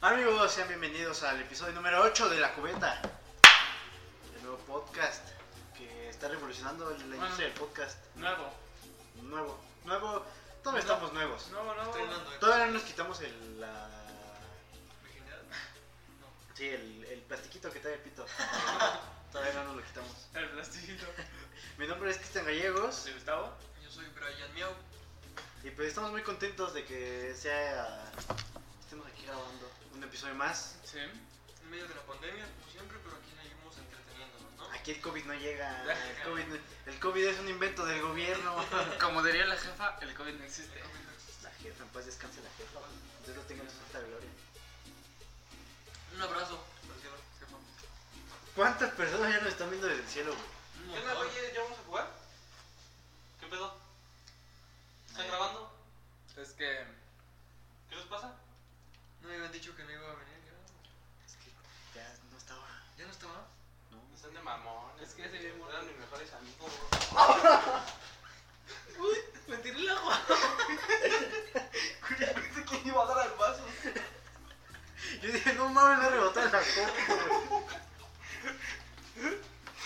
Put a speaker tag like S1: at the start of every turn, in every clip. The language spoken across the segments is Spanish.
S1: todos, sean bienvenidos al episodio número 8 de La Cubeta, el nuevo podcast que está revolucionando la industria del podcast.
S2: Nuevo.
S1: Nuevo, nuevo, todavía
S2: No.
S1: estamos nuevos.
S2: Nuevo, nuevo.
S3: Estoy hablando de
S1: Todavía no nos quitamos el, la-
S3: virginidad.
S1: sí, el, el plastiquito que trae el pito. todavía no nos lo quitamos.
S2: El plastiquito.
S1: Mi nombre es Cristian Gallegos
S2: ¿Soy Gustavo?
S3: Yo soy Brian Miau.
S1: y pues estamos muy contentos de que sea estemos aquí grabando un episodio más.
S2: Sí.
S3: En medio de la pandemia, como siempre, pero aquí seguimos entreteniéndonos, ¿no?
S1: Aquí el COVID no llega.
S2: Ya.
S1: El COVID, no- el COVID es un invento del gobierno.
S2: Como diría la jefa, el COVID no existe.
S1: La jefa, en paz descanse la jefa. Yo lo tengo en su santa gloria.
S3: Un abrazo. Gracias, jefa.
S1: ¿Cuántas personas ya nos están viendo desde el cielo, güey?
S3: Un
S4: ¿Qué onda,
S3: montón.
S4: güey? ¿Ya vamos a jugar? ¿Qué pedo? ¿Están
S1: Eh.
S4: grabando?
S2: Es que.
S4: ¿Qué les pasa?
S3: No me habían dicho que no iba a venir. ¿Ya,
S1: Es que ya no estaba.
S3: ¿Ya no estaba?
S1: No.
S4: Están de mamón.
S2: Es que ese bien
S4: Eran mis mejores amigos.
S2: Me tiré el agua.
S4: Pensé que iba a dar al vaso.
S1: Yo dije, no mames, no rebotó en la copa, güey.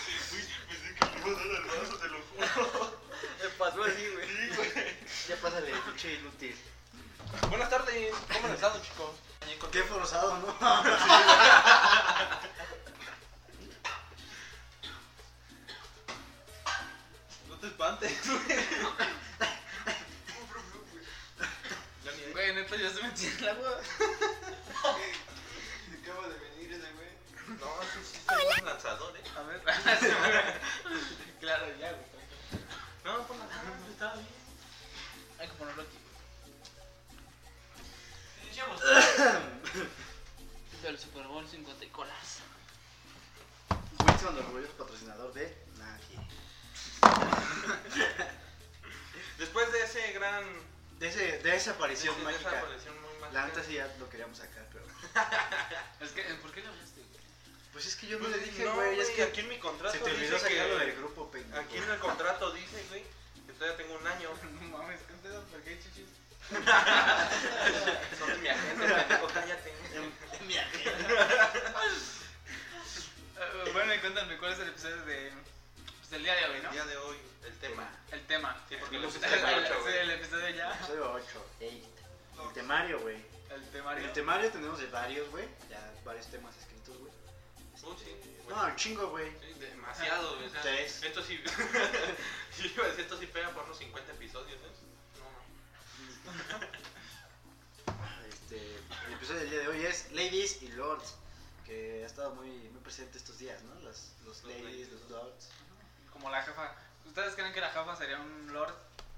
S4: Pensé que iba a dar al vaso, te lo juro.
S3: Me pasó así, güey.
S1: Ya pásale, pinche inútil.
S4: Buenas tardes. ¿Cómo han estado, chicos?
S1: Qué forzado, ¿no?
S4: No te espantes. La mierda.
S2: Güey, neta, yo se me tiré el agua.
S4: Acaba de venir ese güey. No, sí, sí, está un lanzador, eh.
S2: A ver. se me- claro, ya, güey. tranquilo.
S4: No, por la cara, estaba bien.
S2: Hay que ponerlo aquí.
S4: Iniciamos.
S2: Del Super Bowl 50 y colas.
S1: Wilson, orgulloso patrocinador de Nike.
S4: Después de ese gran
S1: De, ese, de esa aparición
S4: Desde
S1: mágica.
S4: esa aparición muy mágica.
S1: La antes sí ya lo queríamos sacar, pero.
S2: Es que, ¿por qué le hablaste, güey?
S1: Pues es que yo no le dije,
S4: No,
S1: güey, es que
S4: aquí en mi contrato
S1: se te olvidó
S4: dice
S1: sacarlo del
S4: que
S1: grupo, pendejo.
S4: aquí en el contrato dice, güey, que todavía tengo un año.
S2: No mames, ¿qué pedo? ¿Por qué chichis?
S4: Son de mi agente, pendejo, cállate.
S1: mi agenda.
S2: Eh, bueno, y cuéntame, ¿cuál es el episodio de. Pues del día de hoy, ¿no?
S4: El día de hoy, el tema.
S2: El tema.
S4: Sí, porque
S2: el
S4: lo
S2: episodio,
S4: pusiste
S2: el,
S4: mucho,
S2: sí,
S4: güey.
S2: el episodio ya.
S1: Episodio 8, 8. El temario, güey.
S2: El
S1: En
S2: temario.
S1: el temario tenemos de varios, güey. Ya varios temas escritos, güey. Este,
S4: Uh, sí, güey.
S1: No, un chingo, güey.
S4: Sí, demasiado, güey. o sea,
S1: Tres.
S4: Esto sí. Yo iba a decir, esto sí pega por unos 50 episodios, ¿eh? No,
S1: Este, el episodio del día de hoy es Ladies y Lords, que ha estado muy, muy presente estos días, ¿no? Las, los
S4: Los
S1: ladies,
S4: ladies.
S1: los lords.
S2: Como la jefa. ¿Ustedes creen que la jefa sería un lord?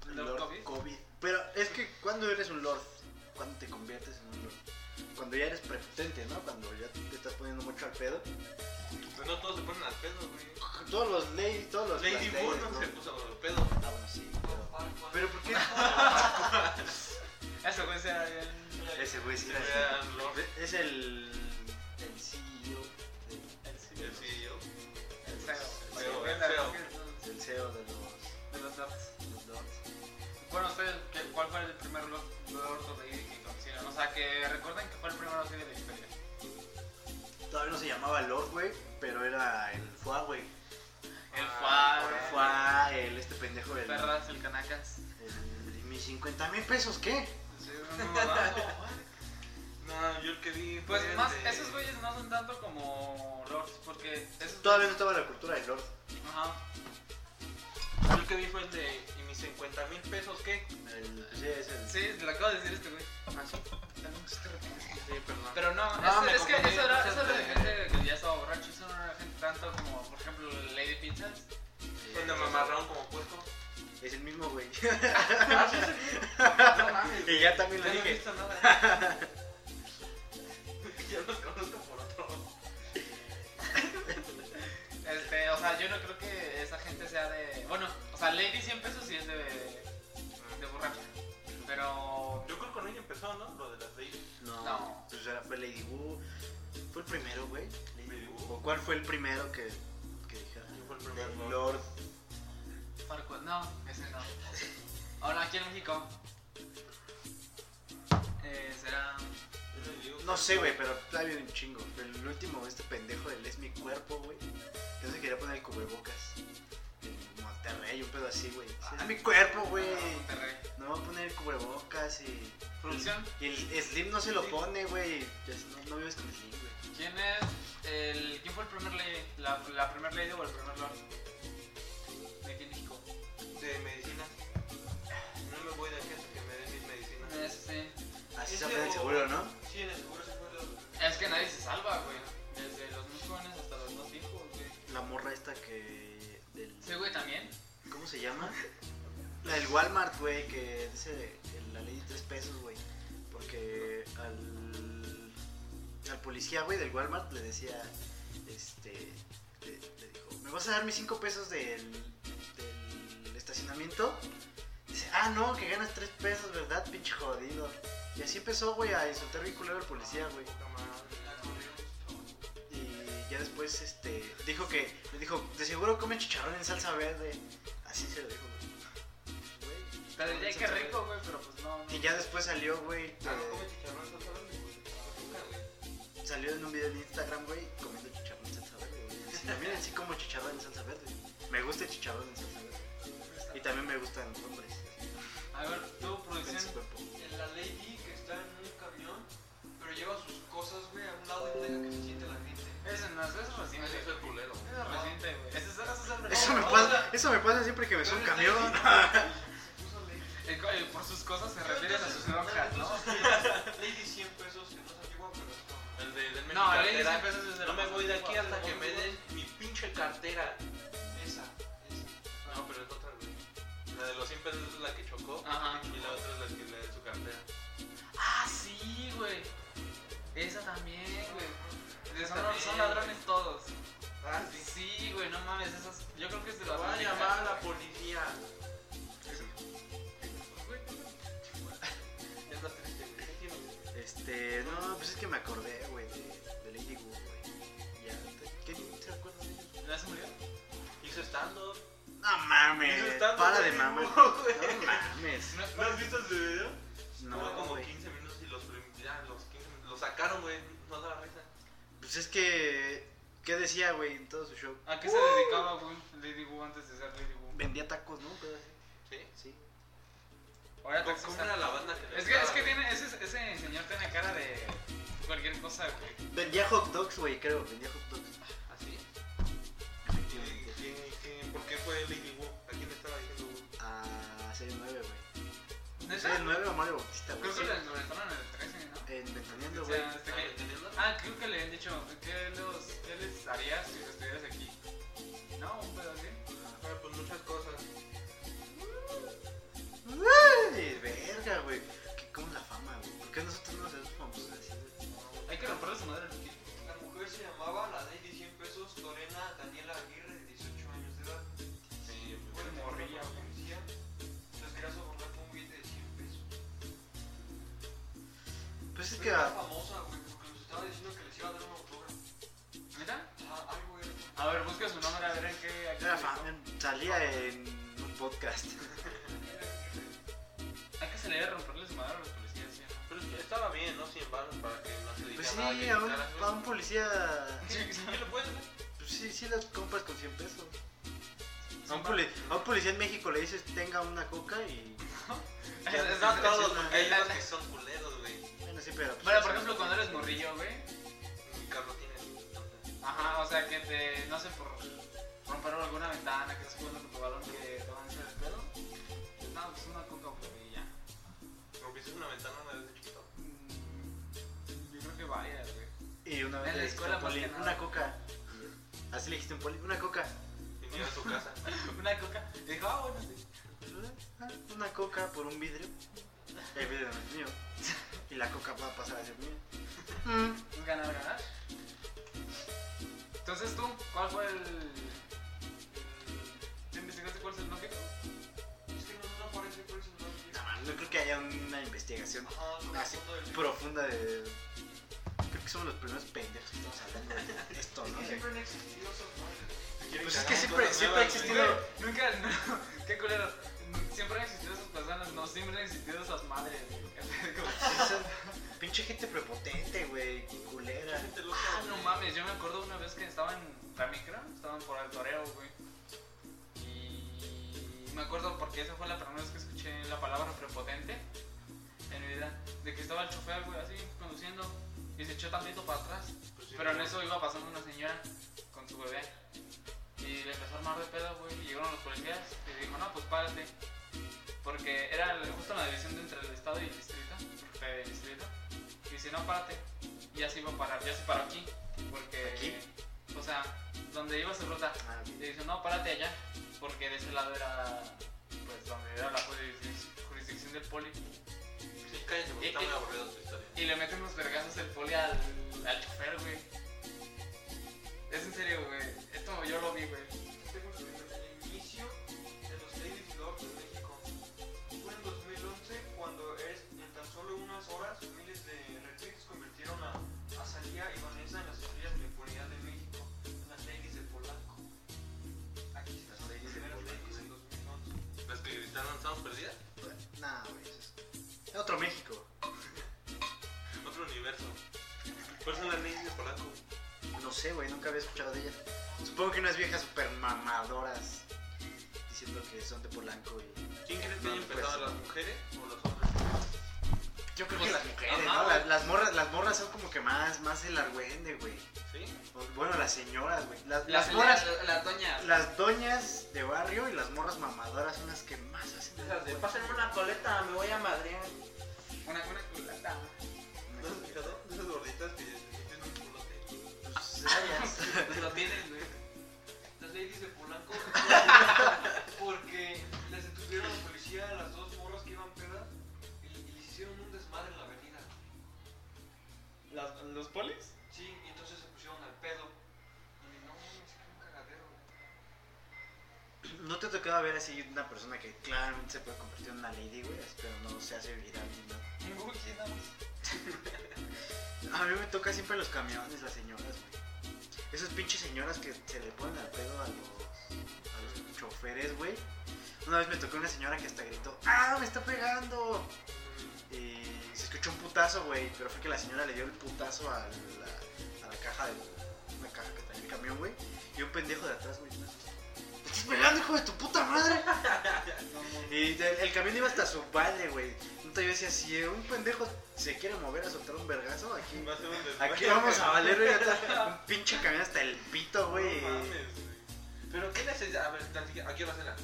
S2: Lord, COVID?
S1: Pero es que cuando eres un lord, cuando te conviertes en un lord, cuando ya eres prepotente, ¿no? Cuando ya te estás poniendo mucho al pedo.
S4: pues no todos se ponen al pedo, güey.
S1: Todos los ladies, todos los
S4: Lady
S1: las ladies,
S4: Boone no se puso al pedo.
S1: Ah, bueno, sí, pero... Pero ¿por qué?
S2: Eso puede ser el,
S1: Ese güey sí
S4: Se
S1: era
S4: ve
S1: así.
S4: al Lord,
S1: Es el... el CEO, de-
S2: el
S4: el E CEO.
S2: el CEO.
S4: El CEO,
S2: Sí,
S4: el
S2: la-
S4: CEO.
S1: el CEO de los,
S2: De los lords.
S1: los lords.
S2: Bueno, ustedes, ¿qué- ¿cuál fue el primer lord, lord de que conocieron? O sea, que recuerden que fue el primero que de la historia.
S1: Todavía no se llamaba Lord, güey, pero era el Fua, güey.
S2: El Fua,
S4: Ah,
S1: El
S2: el
S1: Fua, el este pendejo, el...
S2: Perras, el Canacas.
S1: el- ¿Y mis 50 mil pesos qué?
S2: Sí, no, no, no.
S4: No, yo el que vi. fue
S2: Pues
S4: el
S2: más,
S4: de-
S2: esos güeyes no son tanto como lords, porque esos
S1: Todavía no estaba la cultura del Lord.
S2: Ajá.
S4: Yo el que vi fue el de. ¿Y mis 50 mil pesos qué?
S1: El, sí, es el...
S2: Sí, te lo acabo de decir este güey.
S4: Ah, Sí, perdón.
S2: Pero no,
S4: Ah,
S2: es, Este,
S4: me
S2: es que
S4: confundí,
S2: eso era, eso
S4: entonces,
S2: era de
S4: eh,
S2: gente que ya estaba borracho, eso no era gente tanto como, por ejemplo, Lady Pizzas.
S4: Cuando me amarraron como puerco.
S1: Es el mismo, güey.
S4: Ah, sí,
S2: No mames.
S1: y ya también lo
S4: Ya no he
S1: dije.
S4: visto nada. Ya los conozco por otro.
S2: Este, o sea, yo no creo que esa gente sea de. Bueno, o sea, Lady 100 pesos sí es de, de borracho. Pero.
S4: Yo creo que con ella empezó, ¿no? Lo de las leyes.
S1: No,
S2: No.
S1: pues era, fue Lady Wu. Fue el primero, güey. Lady
S4: Lady
S1: Wu.
S4: Wu.
S1: ¿O cuál fue el primero que, que dijera?
S4: ¿Quién fue el primer
S1: El
S4: Lord?
S1: Lord.
S2: Farquaad, No, ese no. Ahora, aquí en México. Eh, será.
S4: Yo digo.
S1: No
S4: que-
S1: sé, güey, pero está bien un chingo. Pero el último, este pendejo del Es mi cuerpo, güey. Que no se quería poner el cubrebocas. En Monterrey, un pedo así, güey.
S2: Ah,
S1: es mi cuerpo, güey.
S2: Monterrey.
S1: No va a poner el cubrebocas y.
S2: Producción.
S1: Y el Slim no se lo pone, güey. Ya sé, No, no vives con Slim, güey.
S2: ¿Quién es el. ¿Quién fue el primer ley? La, la primer ley o el primer lord? De aquí en México.
S4: De medicina. No me voy de aquí hasta que me den mis medicinas.
S2: Este.
S1: Así
S4: Ese
S1: se aprende
S4: o-
S1: el seguro, ¿no?
S4: Sí, en el seguro se fue lo-
S2: Es que nadie se salva, güey. Desde los muy jóvenes hasta los más viejos, güey.
S1: La morra esta que. Del,
S2: Sí, güey, también.
S1: ¿Cómo se llama? La del Walmart, güey, que dice el- la ley de tres pesos, güey. Porque al, al policía, güey, del Walmart le decía, este, le, le dijo, ¿me vas a dar mis cinco pesos del, del estacionamiento? Dice, ah, no, que ganas tres pesos, ¿verdad? Pinche jodido. Y así empezó, güey, a insultar bien culero al policía, güey.
S4: Poca madre, la corrió.
S1: Y ya después, este, dijo que, le dijo, de seguro come chicharrón en salsa verde. Así se lo dijo, güey. Güey.
S2: Pero ya
S1: Sí,
S2: que
S1: sí,
S2: rico, güey, pero pues no.
S1: Y ya después salió, güey,
S4: Ah, no come
S1: de-
S4: chicharrón, está hablando de azúcar, güey.
S1: salió en un video en Instagram, güey, comiendo chicharrón en salsa verde. güey. Diciendo, miren, sí como chicharrón en salsa verde. Me gusta el chicharrón en salsa verde. Y también me gustan los hombres. pues,
S2: A ver, tu
S1: En su
S2: producción.
S1: cuerpo.
S3: En la Lady que está en un camión, pero lleva sus cosas, güey, a un lado y deja que se siente la gente.
S2: Ese no, ese es reciente.
S4: Ah, Ese
S2: Ese
S4: es el culero.
S2: es reciente, güey. Ese es, ese es el mejor.
S1: Eso me, pasa, eso me pasa siempre que me subo a un camión.
S3: Puso Lady.
S2: Eh, co- eh, por sus cosas se refieren a sus lonjas, ¿no?
S3: Lady 100 pesos, que no es antigua, pero es como-
S4: El de, denme
S2: No,
S4: mi
S2: la ley
S4: cartera.
S2: siempre es desde
S4: No
S2: la
S4: me
S2: más
S4: voy de
S2: antigua.
S4: aquí hasta que me den mi pinche cartera.
S3: Esa, esa.
S4: No, pero es otra, Ah. güey. La de los 100 pesos es la que chocó.
S2: Ajá.
S4: Y la otra es la que le de su cartera.
S2: Ah, sí, güey. Esa también, güey. De- Son, son ladrones todos.
S4: Ah,
S2: Sí, güey, no mames, esas. Yo creo que es de
S4: Te
S2: las
S4: van a
S2: más
S4: llamar a la
S2: viejas, güey.
S4: policía. Ya estás triste, güey. ¿Qué tienes?
S1: Este, no, pues es que me acordé, güey, de, de Lady Wu, güey. Ya, te- ¿qué se acuerdan de ella?
S2: ¿Ya se murió?
S4: Hizo stand-up.
S1: No mames,
S4: Eso está
S1: para
S4: todo
S1: de
S4: bien,
S1: mamar.
S4: güey.
S1: No mames.
S2: No es
S4: ¿No
S2: para-
S4: has visto ese video? Tuvo
S1: No,
S4: como
S1: güey.
S4: 15 minutos y los, prim- ya, los 15 minutos. Lo sacaron, güey. No da risa.
S1: Pues es que. ¿Qué decía, güey, en todo su show?
S2: ¿A qué se dedicaba, güey, Lady Wu antes de ser Lady Wu?
S1: Vendía tacos, ¿no? Pero así,
S4: ¿Sí?
S1: sí.
S2: Ahora
S4: Con- ¿Cómo era
S2: taxista.
S4: la banda que le
S2: Es que, es
S4: gustaba,
S2: que
S4: güey?
S2: tiene, ese, ese señor tiene cara de cualquier cosa, güey.
S1: Vendía hot dogs, güey, creo. Vendía hot dogs.
S2: Ah,
S4: ¿Así?
S1: Efectivamente.
S4: ¿Quién, quién, por qué fue Lady Wu? ¿A quién le estaba diciendo Wu?
S1: A 6-9, güey.
S2: ¿Neta?
S1: 6-9 o Mario Bautista, güey.
S2: Creo que lo entrevistaron en el 13, ¿no?
S1: En Ventaneando,
S2: O
S1: güey.
S2: sea, este que- Ah, creo que le han dicho, ¿qué, los, qué les harías si estuvieras aquí? No, un pedo así.
S4: Ah, pues muchas cosas.
S1: Ay, Verga, güey. ¿Qué- ¿Cómo la fama, güey? ¿Por qué nosotros no nos hacemos famosos así, güey?
S2: Hay que romperle su madre al Luquín.
S3: La mujer se llamaba la Lady 100 pesos Lorena Daniela Aguirre, de 18 años de edad.
S4: Sí,
S3: Fue
S4: bueno,
S3: morrilla policía. Los quería sobornar con un billete de 100 pesos.
S1: Pues es
S3: Pero
S1: que.
S3: era
S1: ah,
S3: famosa, güey, porque nos estaba diciendo que les iba a dar un autógrafo.
S2: ¿Neta?
S3: Ah, algo era.
S2: A ver, busca su nombre a ver en qué. a qué
S1: Era
S2: se
S1: fama. Salía en un podcast.
S2: dedicó. Hay que se le debe romperle su madre a los policías, ¿sí?
S4: Pero estaba bien, ¿no? 100 baros para que no se diga
S1: Pues sí,
S4: nada. que
S1: a un,
S4: quitaras, güey.
S1: a un policía.
S4: ¿Qué le puedes hacer?
S1: Pues sí, sí las compras con 100 pesos. A un,
S2: Son
S1: poli- a un policía en México le dices tenga una coca y.
S2: Es-
S1: Ya,
S2: es-
S4: No
S2: es-
S4: todos,
S1: es-
S4: porque hay
S2: la-
S4: unos que son culeros, güey.
S1: Bueno, sí, pero. pues,
S2: Bueno, por ejemplo, cuando eres morrillo, güey.
S4: Mi carro tiene. entonces,
S2: Ajá, o sea, que te. No sé, por romper alguna ventana, que estás jugando con tu balón, que te van a hacer el pedo. No, pues una coca, güey, y ya.
S4: ¿Rompiste una ventana una vez de chiquito?
S2: Mm, Yo creo que vaya, güey.
S1: Y una vez
S2: En la
S1: le dijiste a
S2: escuela
S1: un
S2: más
S1: poli,
S2: que nada.
S1: una coca. Así le dijiste a un poli, una coca.
S4: Y me iba a su casa.
S2: Una coca. Y dijo, ah, bueno, sí.
S1: Ah, Una coca por un vidrio. El vidrio no es mío. Y la coca va a pasar a ser mía. Mm.
S2: Es ganar, ganar. Pues Entonces tú, ¿cuál fue el. el- ¿Te investigaste cuál es el lógico?
S3: Es que no, no aparece por eso, no
S1: No, man, no creo que haya una investigación
S3: Ajá, lo
S1: Ah, sí.
S3: fondo del-
S1: profunda de. Creo que somos los primeros pendejos que estamos hablando de esto, ¿no?
S3: Es que siempre han existido esos padres.
S1: Pues es que siempre, siempre ha existido.
S2: Nunca, no, qué culero. Siempre han existido esas personas, no, siempre han existido esas madres. güey.
S1: Esa Pinche gente prepotente,
S2: Ah,
S4: Ah,
S2: me acuerdo porque esa fue la primera vez que escuché la palabra prepotente en mi vida. De que estaba el chofer, güey, así conduciendo y se echó tantito para atrás.
S4: Pues sí,
S2: Pero en
S4: no.
S2: eso iba pasando una señora con su bebé. Y le empezó a armar de pedo, güey. Y llegaron los policías y dijo, no, pues párate. Porque era justo la división de entre el estado y el distrito. Porque el distrito. Y dice, no, párate. Y así iba a parar. Ya se paró aquí. Porque...
S1: ¿Aquí?
S2: O sea, donde iba su ruta.
S1: Ah,
S2: Y dice, no, párate allá. Porque de ese lado era... Pues donde era la jurisdic- jurisdicción del poli.
S4: Sí, cállate, porque
S2: Eh,
S4: está muy
S2: eh.
S4: aburrido tu historia.
S2: Y le meten unos vergazos el poli al, al chofer, güey. Es en serio, güey. Esto yo lo vi, güey.
S3: Tengo que ver el inicio de los Ladies Love de México. Fue en 2011 cuando es- en tan solo unas horas miles de retweets convirtieron a, a Salía y Vanessa en las estrellas de Polaridad de México, las Ladies de Polanco. Aquí están
S1: Las
S3: las
S1: Ladies de
S3: primeras
S1: Polanco,
S3: Ladies en 2011.
S4: Las que gritaron, estamos perdidas.
S1: bueno, nah, güey. eso es- Otro México.
S4: Otro universo. ¿Cuáles son las leyes de Polanco?
S1: No sé, güey, nunca había escuchado de ella. Supongo que unas viejas super mamadoras diciendo que son de Polanco y...
S4: ¿Quién crees que
S1: No,
S4: haya
S1: pues,
S4: empezado? ¿Las mujeres o los hombres?
S1: Yo creo
S2: Pues,
S1: que las mujeres,
S2: ajá,
S1: ¿no?
S2: güey.
S1: Las, las morras, las morras son como que más, más el argüende, güey.
S4: ¿Sí?
S1: O, Bueno, las señoras, güey. Las,
S2: Las
S1: las morras,
S2: la- las doñas.
S1: las doñas de barrio y las morras mamadoras son las que más hacen. el
S5: Esas de,
S1: argüende.
S5: pásenme una coleta, me voy a madrear.
S2: Una, una culata.
S4: ¿No has fijado? De esas gorditas que tienen un culote.
S1: Pues, ellas.
S2: Pues lo tienen, güey.
S3: Las ladies de Polanco porque les detuvieron a la policía a las dos morras que iban pedas y, y les hicieron un desmadre en la avenida.
S2: ¿Los polis?
S3: Sí, y entonces se pusieron al pedo. Y no, es que un cagadero.
S1: ¿No te ha tocado ver así una persona que claramente se puede convertir en una lady, güey? Pero no se hace viral ni nada. A mí me toca siempre los camiones, las señoras, güey. Esas pinches señoras que se le ponen al pedo a los, a los choferes, güey. Una vez me tocó una señora que hasta gritó, ¡ah, me está pegando! Y se escuchó un putazo, güey. Pero fue que la señora le dio el putazo a la, a la caja del. Una caja que traía el camión, güey. Y un pendejo de atrás, güey. ¿no? ¡Te estás pegando, hijo de tu puta madre! Y el, el camión iba hasta su valle, güey. Entonces yo decía, si un pendejo se quiere mover a soltar un vergazo, aquí
S4: Va a ser un desmadre.
S1: Aquí vamos a valer, güey. hasta Un pinche camión hasta el pito,
S4: No
S1: güey.
S4: mames, güey. ¿Pero qué necesidad? A ver, tantito, ¿a qué hora cena?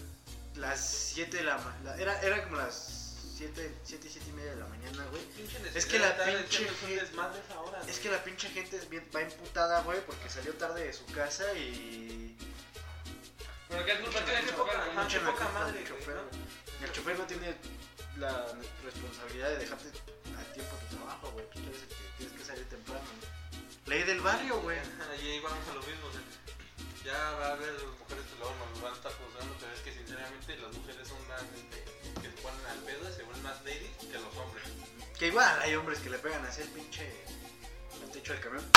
S1: Las 7 de la mañana. Era, era como las 7, 7, 7 y media de la mañana, güey. Es que la pinche
S4: Son
S1: gente-
S4: desmadres ahora.
S1: Es que la pinche gente es bien- va emputada, güey, porque salió tarde de su casa y.
S2: ¿Pero qué culpa tiene el
S5: Mucha
S2: chofer,
S5: culpa,
S2: güey?
S1: Mucha
S5: qué
S1: la
S5: poca
S1: culpa
S5: madre,
S1: del
S5: güey,
S1: chofer,
S5: ¿no?
S1: güey. El chofer no tiene la responsabilidad de dejarte a tiempo tu trabajo, güey. Tú eres el que tienes que salir temprano, güey. Ley del barrio, güey.
S4: Y ahí vamos a lo mismo, o sea, ya va a haber mujeres que luego nos van a estar juzgando, pero es que sinceramente las mujeres son más, este, que se ponen al pedo y se vuelven más ladies que los hombres.
S1: Que igual hay hombres que le pegan así el pinche. al techo del camión.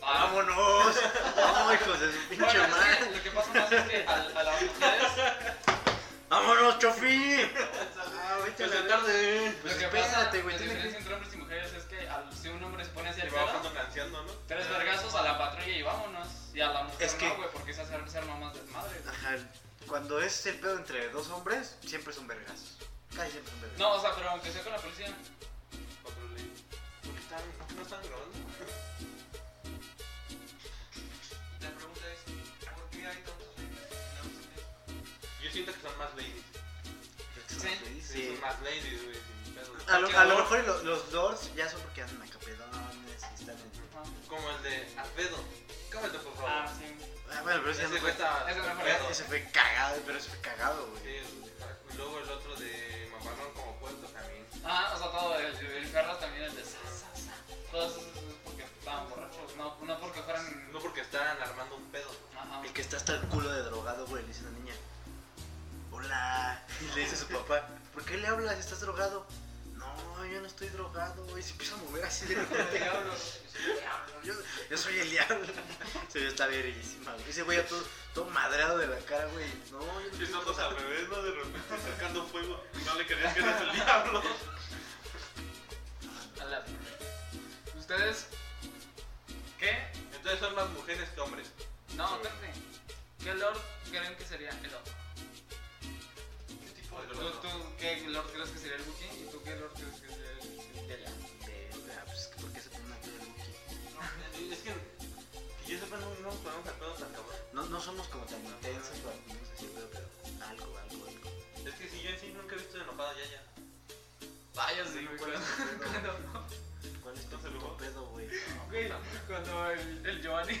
S2: Ah,
S1: ¡Vámonos! ¡Vamos, hijos de su pinche
S2: bueno, es
S1: madre!
S2: que lo que pasa más es que a, a las mujeres,
S1: ¡Vámonos, Chofi! Ah,
S4: Pues de tarde,
S1: Pues
S2: lo que
S1: espérate,
S2: pasa,
S1: güey,
S2: la
S1: tiene
S2: diferencia entre hombres y mujeres es que al- si un hombre se pone hacia
S4: que
S2: el
S4: va
S2: pedo,
S4: bajando canseando, ¿no?
S2: tres vergazos a la patrulla y vámonos. Y a la mujer
S1: Es que-
S2: no, güey, porque se hace ser mamás desmadre. güey.
S1: Ajá, cuando es el pedo entre dos hombres, siempre son vergas. Casi siempre son vergas.
S2: No, o sea, pero aunque sea con la policía.
S4: Otro lady. ¿Por qué están, no, no están grabando?
S3: Y la pregunta es, ¿por qué hay tantos ladies en México?
S4: Yo siento que son más ladies.
S1: Sí,
S4: Sí, Ah.
S1: sí.
S4: son más ladies, güey, sin pedo.
S1: A lo,
S2: Porque
S1: a lo
S2: ahora-
S1: mejor lo- los lords ya son porque andan acapedones y están en...
S2: Ajá.
S4: Como el de Alfredo. Cámete, por favor.
S2: Ah, sí.
S1: Ah, bueno, pero ese, ya
S4: Ese
S1: no
S4: güey
S1: fue...
S4: está
S2: ese no fue
S4: pedo.
S1: Ese fue cagado, pero ese fue cagado,
S4: Sí,
S1: güey.
S4: y luego el otro de Mamarrón como puerto también.
S2: Ah, o sea, todo el, el Ferro también es de sa, sa, sa. Todos esos es porque estaban borrachos, no, no porque fueran.
S4: No porque están armando un pedo.
S2: Ajá.
S1: El que está hasta el culo de drogado, güey, le dice a la niña. Hola. Y le dice a su papá, ¿por qué le hablas? ¿Estás drogado? No, yo no estoy drogado, güey. Se empieza a mover así de repente.
S3: Diablo,
S1: Yo, yo soy el diablo. Se ve está verguísima. güey. Ese güey ya todo, todo madreado de la cara, güey. No, yo no
S4: Sí,
S1: estoy
S4: son dos al
S1: drogado.
S4: revés, ¿no? De repente sacando fuego. No le creías que eras el diablo.
S2: A la- ¿Ustedes? ¿Qué?
S4: Entonces son más mujeres que hombres.
S2: No, espérate. ¿Qué Lord creen que sería el otro?
S1: ah, pues,
S2: no, el, el Giovanni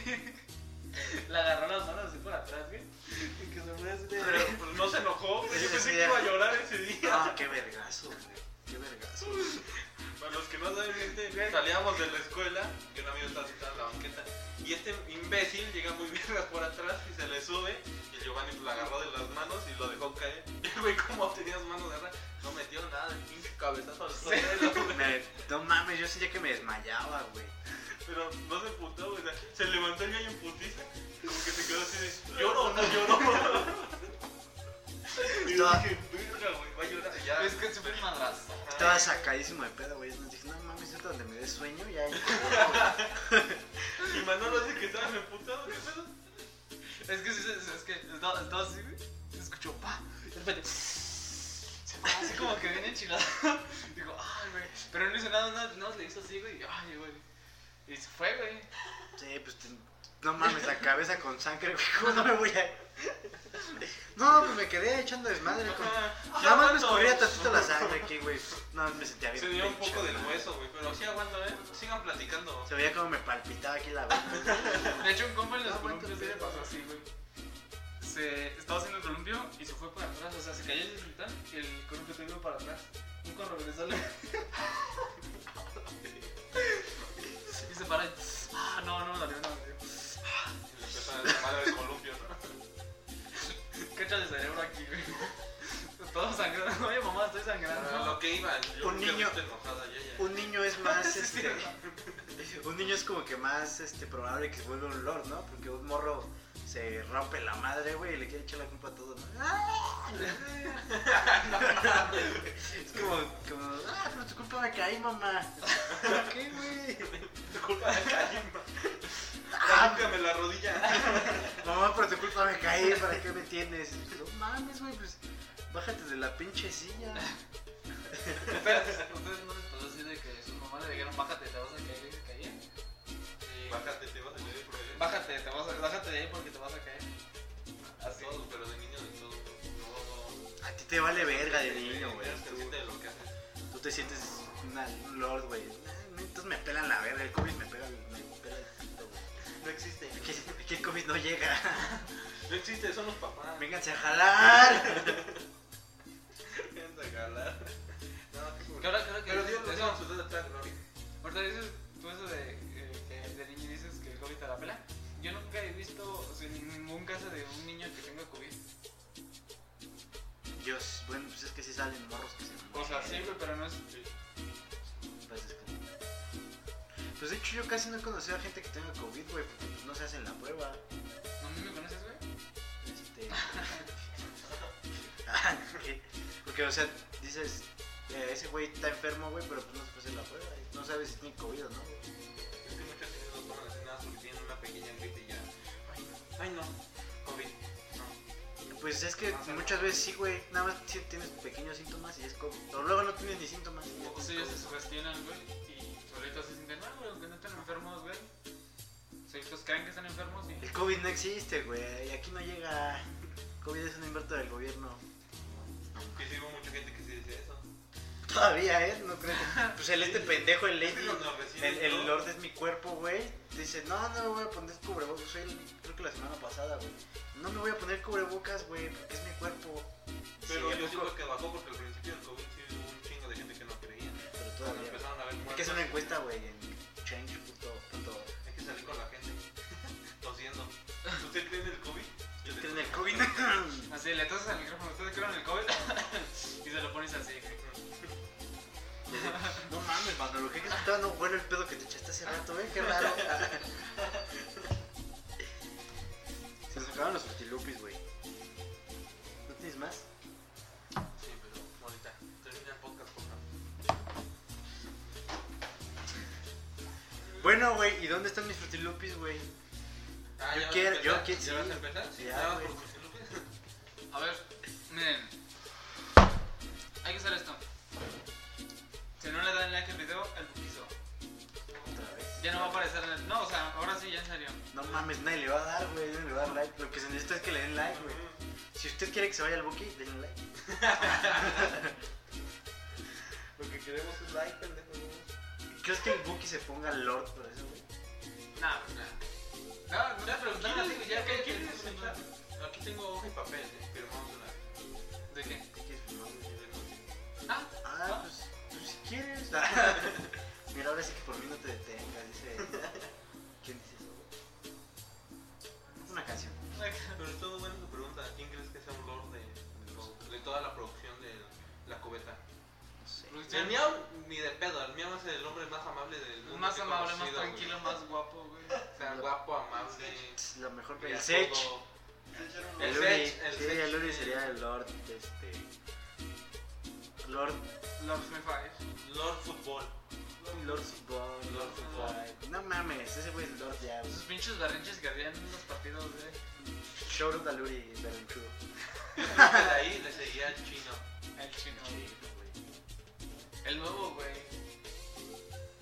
S2: le agarró las manos así por atrás, güey. Y que se fue así de-
S4: Pero pues, no se enojó, güey. Yo
S1: Sí,
S4: pensé
S1: sí,
S4: que iba a
S1: ya.
S4: llorar ese día.
S1: Ah, qué vergazo, güey. Qué vergazo.
S4: Para los que no saben, gente, salíamos de la escuela y un amigo estaba sentado en la banqueta. Y este imbécil llega muy vergas por atrás y se le sube. Y el Giovanni pues, lo agarró de las manos y lo dejó caer. Y el güey, como tenía las manos de agarra, no metió nada, el pinche cabezazo al suelo. güey.
S1: Me- no mames, yo sentía que me desmayaba, güey.
S4: Pero no se putó, güey. o sea, se levantó el gallo en putiza. Como que se quedó así de, ¿lloro o no lloro? y yo
S1: No.
S4: dije, verga, güey, va a llorar. Y ya,
S2: Es que es un madrazo.
S1: Estaba sacadísimo de pedo, güey. Entonces dije, no mames, esto donde me dé sueño, ya. güey.
S4: Y Manolo dice que estaba emputado, ¿qué pedo?
S2: Es que sí, sí, sí, es que estaba, estaba así, güey. Se escuchó, pa. De repente. Se fue así como que bien enchilado. Digo, ay, güey. Pero no hizo nada, nada, nada más le hizo así, güey. y, Ay, güey. Y se fue, güey.
S1: Sí, pues te- no mames, la cabeza con sangre, güey. ¿Cómo no me voy a.? No, pues me quedé echando desmadre. con- Nada más me escurría tantito la sangre aquí, güey. No, me sentía bien.
S4: eh. Se dio un poco
S1: pinche,
S4: del
S1: güey.
S4: hueso, güey, pero sí aguanto, ¿eh? Sigan platicando.
S1: Se veía como me palpitaba aquí la vena.
S2: De hecho, un compa en los
S1: No,
S2: columpios sí
S1: aguanta,
S2: le
S1: pero-
S2: pasó así, güey. Se estaba haciendo el columpio y se fue para atrás. O sea, se cayó el cristal y el columpio se vino para atrás. Nunca regresó. güey. y se para y. Ah, no, no me dolió, no me dolió.
S4: Y le empezaron a llamar al columpio, ¿no?
S2: Cacha de cerebro aquí, güey. Todo sangrando. Oye, mamá, estoy
S4: Pero
S2: sangrando.
S4: lo que iba, yo
S1: Un
S4: ya
S1: niño-
S4: estoy enojada, ya, ya.
S1: Un niño es más,
S2: Sí, sí,
S1: este. Un niño es como que más este, probable que se vuelva un lord, ¿no? Porque un morro se rompe la madre, güey, y le quiere echar la culpa a todo, ¿no? ¡Ah! es como, como, ah, pero tu culpa me caí, mamá. ¿Por qué, güey?
S4: Es culpa de Karim.
S1: Ah,
S4: Límpiame la rodilla.
S1: mamá, por tu culpa me caí, ¿para qué me tienes? No mames, güey, pues bájate de la pinche silla.
S2: ¿Ustedes, ustedes no les pasó así de que su mamá le dijeron, bájate, te vas a caer y se caían? Y-
S4: Bájate, te vas a caer por ahí.
S2: Bájate, te vas a, bájate de ahí porque te vas a caer. Así.
S4: Todo, pero de niño de todo. No,
S1: A ti te vale verga de
S4: Sí,
S1: niño, güey.
S4: eres consciente de lo que haces.
S1: Tú te sientes una- un lord, güey. Nah, Entonces me pelan la verga, el COVID me pega, me pela el pito, güey.
S5: No existe.
S1: Aquí, aquí el COVID no llega.
S4: No existe, son los papás.
S1: Vénganse a jalar.
S4: Vengan a jalar. No, qué
S2: Que
S4: culpa.
S2: ahora, que ahora que
S4: Pero
S2: dices
S4: Dios lo
S2: eso,
S4: dio sus dedos atrás, ¿no?
S2: ahorita dices tú eso de eh, que de niño dices que el COVID te la pela. Yo nunca he visto o sea, ningún caso de un niño que tenga COVID.
S1: Dios, bueno, pues es que sí salen morros que se
S2: O sea, sí,
S1: mueren,
S2: güey, pero no es.
S1: pues, es que- Pues de hecho yo casi no he conocido a gente que tenga COVID, güey, porque pues, no se hacen la prueba.
S2: ¿A mí me conoces, güey?
S1: Este... Ah, ¿qué? Porque, o sea, dices, eh, ese güey está enfermo, güey, pero pues no se puede hacer la prueba. y No sabes si tiene COVID o no. güey.
S4: Es que muchos niños no toman así nada porque tienen una pequeña gripe y ya. Ay, no. Ay, no. COVID. No.
S1: Pues es que muchas veces sí, güey, nada más sí tienes pequeños síntomas y es COVID. O luego no tienes ni síntomas. y ya
S2: Entonces
S1: tienes
S2: Pues ellos se
S1: COVID.
S2: sugestionan, güey, y solitos se sienten, ah, güey, aunque no están enfermos, güey. Solitos creen que están enfermos y.
S1: El COVID no existe, güey. Aquí no llega. COVID es un invento del gobierno.
S4: Que sí hubo mucha gente que se dice eso.
S1: Todavía, ¿eh? No creo. que- Pues el este pendejo, el
S4: Es
S1: lady.
S4: que los- los vecinos,
S1: El, el
S4: ¿no?
S1: Lord es mi cuerpo, güey. Dice, no, no me voy a poner cubrebocas. Fue el- creo que la semana pasada, güey. No me voy a poner cubrebocas, güey, porque es mi cuerpo.
S4: Pero
S1: Sí, ¿a
S4: yo
S1: poco?
S4: siento que bajó porque al principio del COVID sí hubo un chingo de gente que no creía.
S1: Pero
S4: Cuando
S1: todavía.
S4: empezaron a ver
S1: Es
S4: muertos.
S1: que es una encuesta, güey, en change.org.
S4: Hay que salir con la gente. Tosiendo. ¿Usted cree en el COVID?
S1: Es
S4: Yo
S1: que
S4: creo
S1: en el COVID.
S2: Así le tosas al micrófono, ustedes creen en el COVID y se lo pones así, güey.
S1: No mames, cuando lo que estaba no bueno el pedo que te echaste hace rato, ¿eh? Qué raro. Se nos acabaron los frutilupis, güey. ¿No tienes más?
S4: Sí, pero ahorita. Termina el podcast, por favor.
S1: Bueno, güey, ¿y dónde están mis frutilupis, güey?
S4: Ah,
S1: Yo
S4: ¿ya vas a
S1: quiero-
S4: empezar?
S1: yo quiero-
S4: ¿Ya vas
S1: sí.
S4: a empezar? Ah, Sí,
S1: Ya,
S4: nada más
S1: güey.
S4: por Frutilupis.
S2: A ver, miren. Hay que hacer esto. Si no le dan like al video, el buquizo.
S1: Otra vez.
S2: Ya no va a aparecer en el. No, o sea, ahora sí, ya en serio.
S1: No mames, nadie le va a dar, güey. Nadie le va a dar like. Lo que se necesita es que le den like, güey. Si usted quiere que se vaya al Buki, denle like.
S5: Lo que queremos es like, pendejo.
S1: ¿Crees que el Buki se ponga Lord por eso, güey?
S2: pues Nada,
S4: No, no te
S2: ¿Quieres-
S4: preguntaron ya
S2: quieres-
S4: que quieres comentar. Aquí tengo hoja y papel, eh, firmamos una.
S2: ¿de qué?
S1: ¿Qué quieres firmar?
S2: Ah,
S1: Ah,
S2: Ah.
S1: pues, pues si quieres. Mira, ahora sí que por mí no te detengas, dice. ¿Quién dice eso, güey? Una canción.
S4: Pero estuvo buena tu pregunta. ¿Quién crees que sea un lord de, de lo- de toda la producción de la cubeta?
S1: No sé.
S4: El
S2: producción.
S4: miau ni de pedo, el miau es el hombre más amable del mundo.
S2: Más
S4: que he
S2: amable, más
S4: conocido, güey.
S2: tranquilo, más guapo, güey.
S4: O sea, guapo, amable.
S1: Es La mejor que
S4: creativo.
S1: el Sech. El
S4: El
S1: Uri.
S4: Sech, el
S1: sí,
S4: Sech.
S1: el Uri sería el Lord. Este. Lord.
S2: Love Me Fire.
S4: Lord Fútbol.
S1: Lord Football.
S4: Lord Football.
S1: Ay, No mames, ese güey es Lord ya. güey.
S2: Esos pinches berrinches que habían en los partidos, güey.
S1: Shout out al Uri Berrinchudo.
S4: Después de ahí le seguía el chino.
S2: El chino. El nuevo, güey.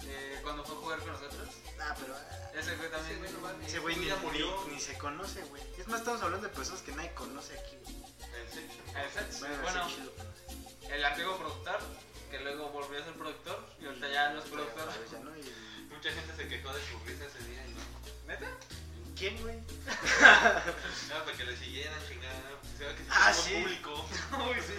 S2: Eh, cuando fue a jugar con nosotros.
S1: Ah, pero. ah,
S2: Ese güey también.
S4: Ese güey no mames.
S1: Ese güey ni,
S4: Ya murió.
S1: ni, ni se conoce, güey. Es más, estamos hablando de personas que nadie conoce aquí, güey.
S4: El Sech.
S2: El Sets.
S1: Bueno,
S2: Bueno,
S1: sí, sí lo conoce.
S2: el antiguo productor, que luego volvió a ser productor. Y ahorita ya no es
S1: Pero,
S2: productor.
S1: pues, ya no, y-
S4: Mucha gente se quejó de su risa ese día y no.
S2: ¿Neta?
S1: ¿Quién, güey?
S4: No, Ah, para que le siguieran chingada. Se ve que si
S1: Ah,
S4: tenemos
S1: sí.
S4: público.
S2: Uy, sí.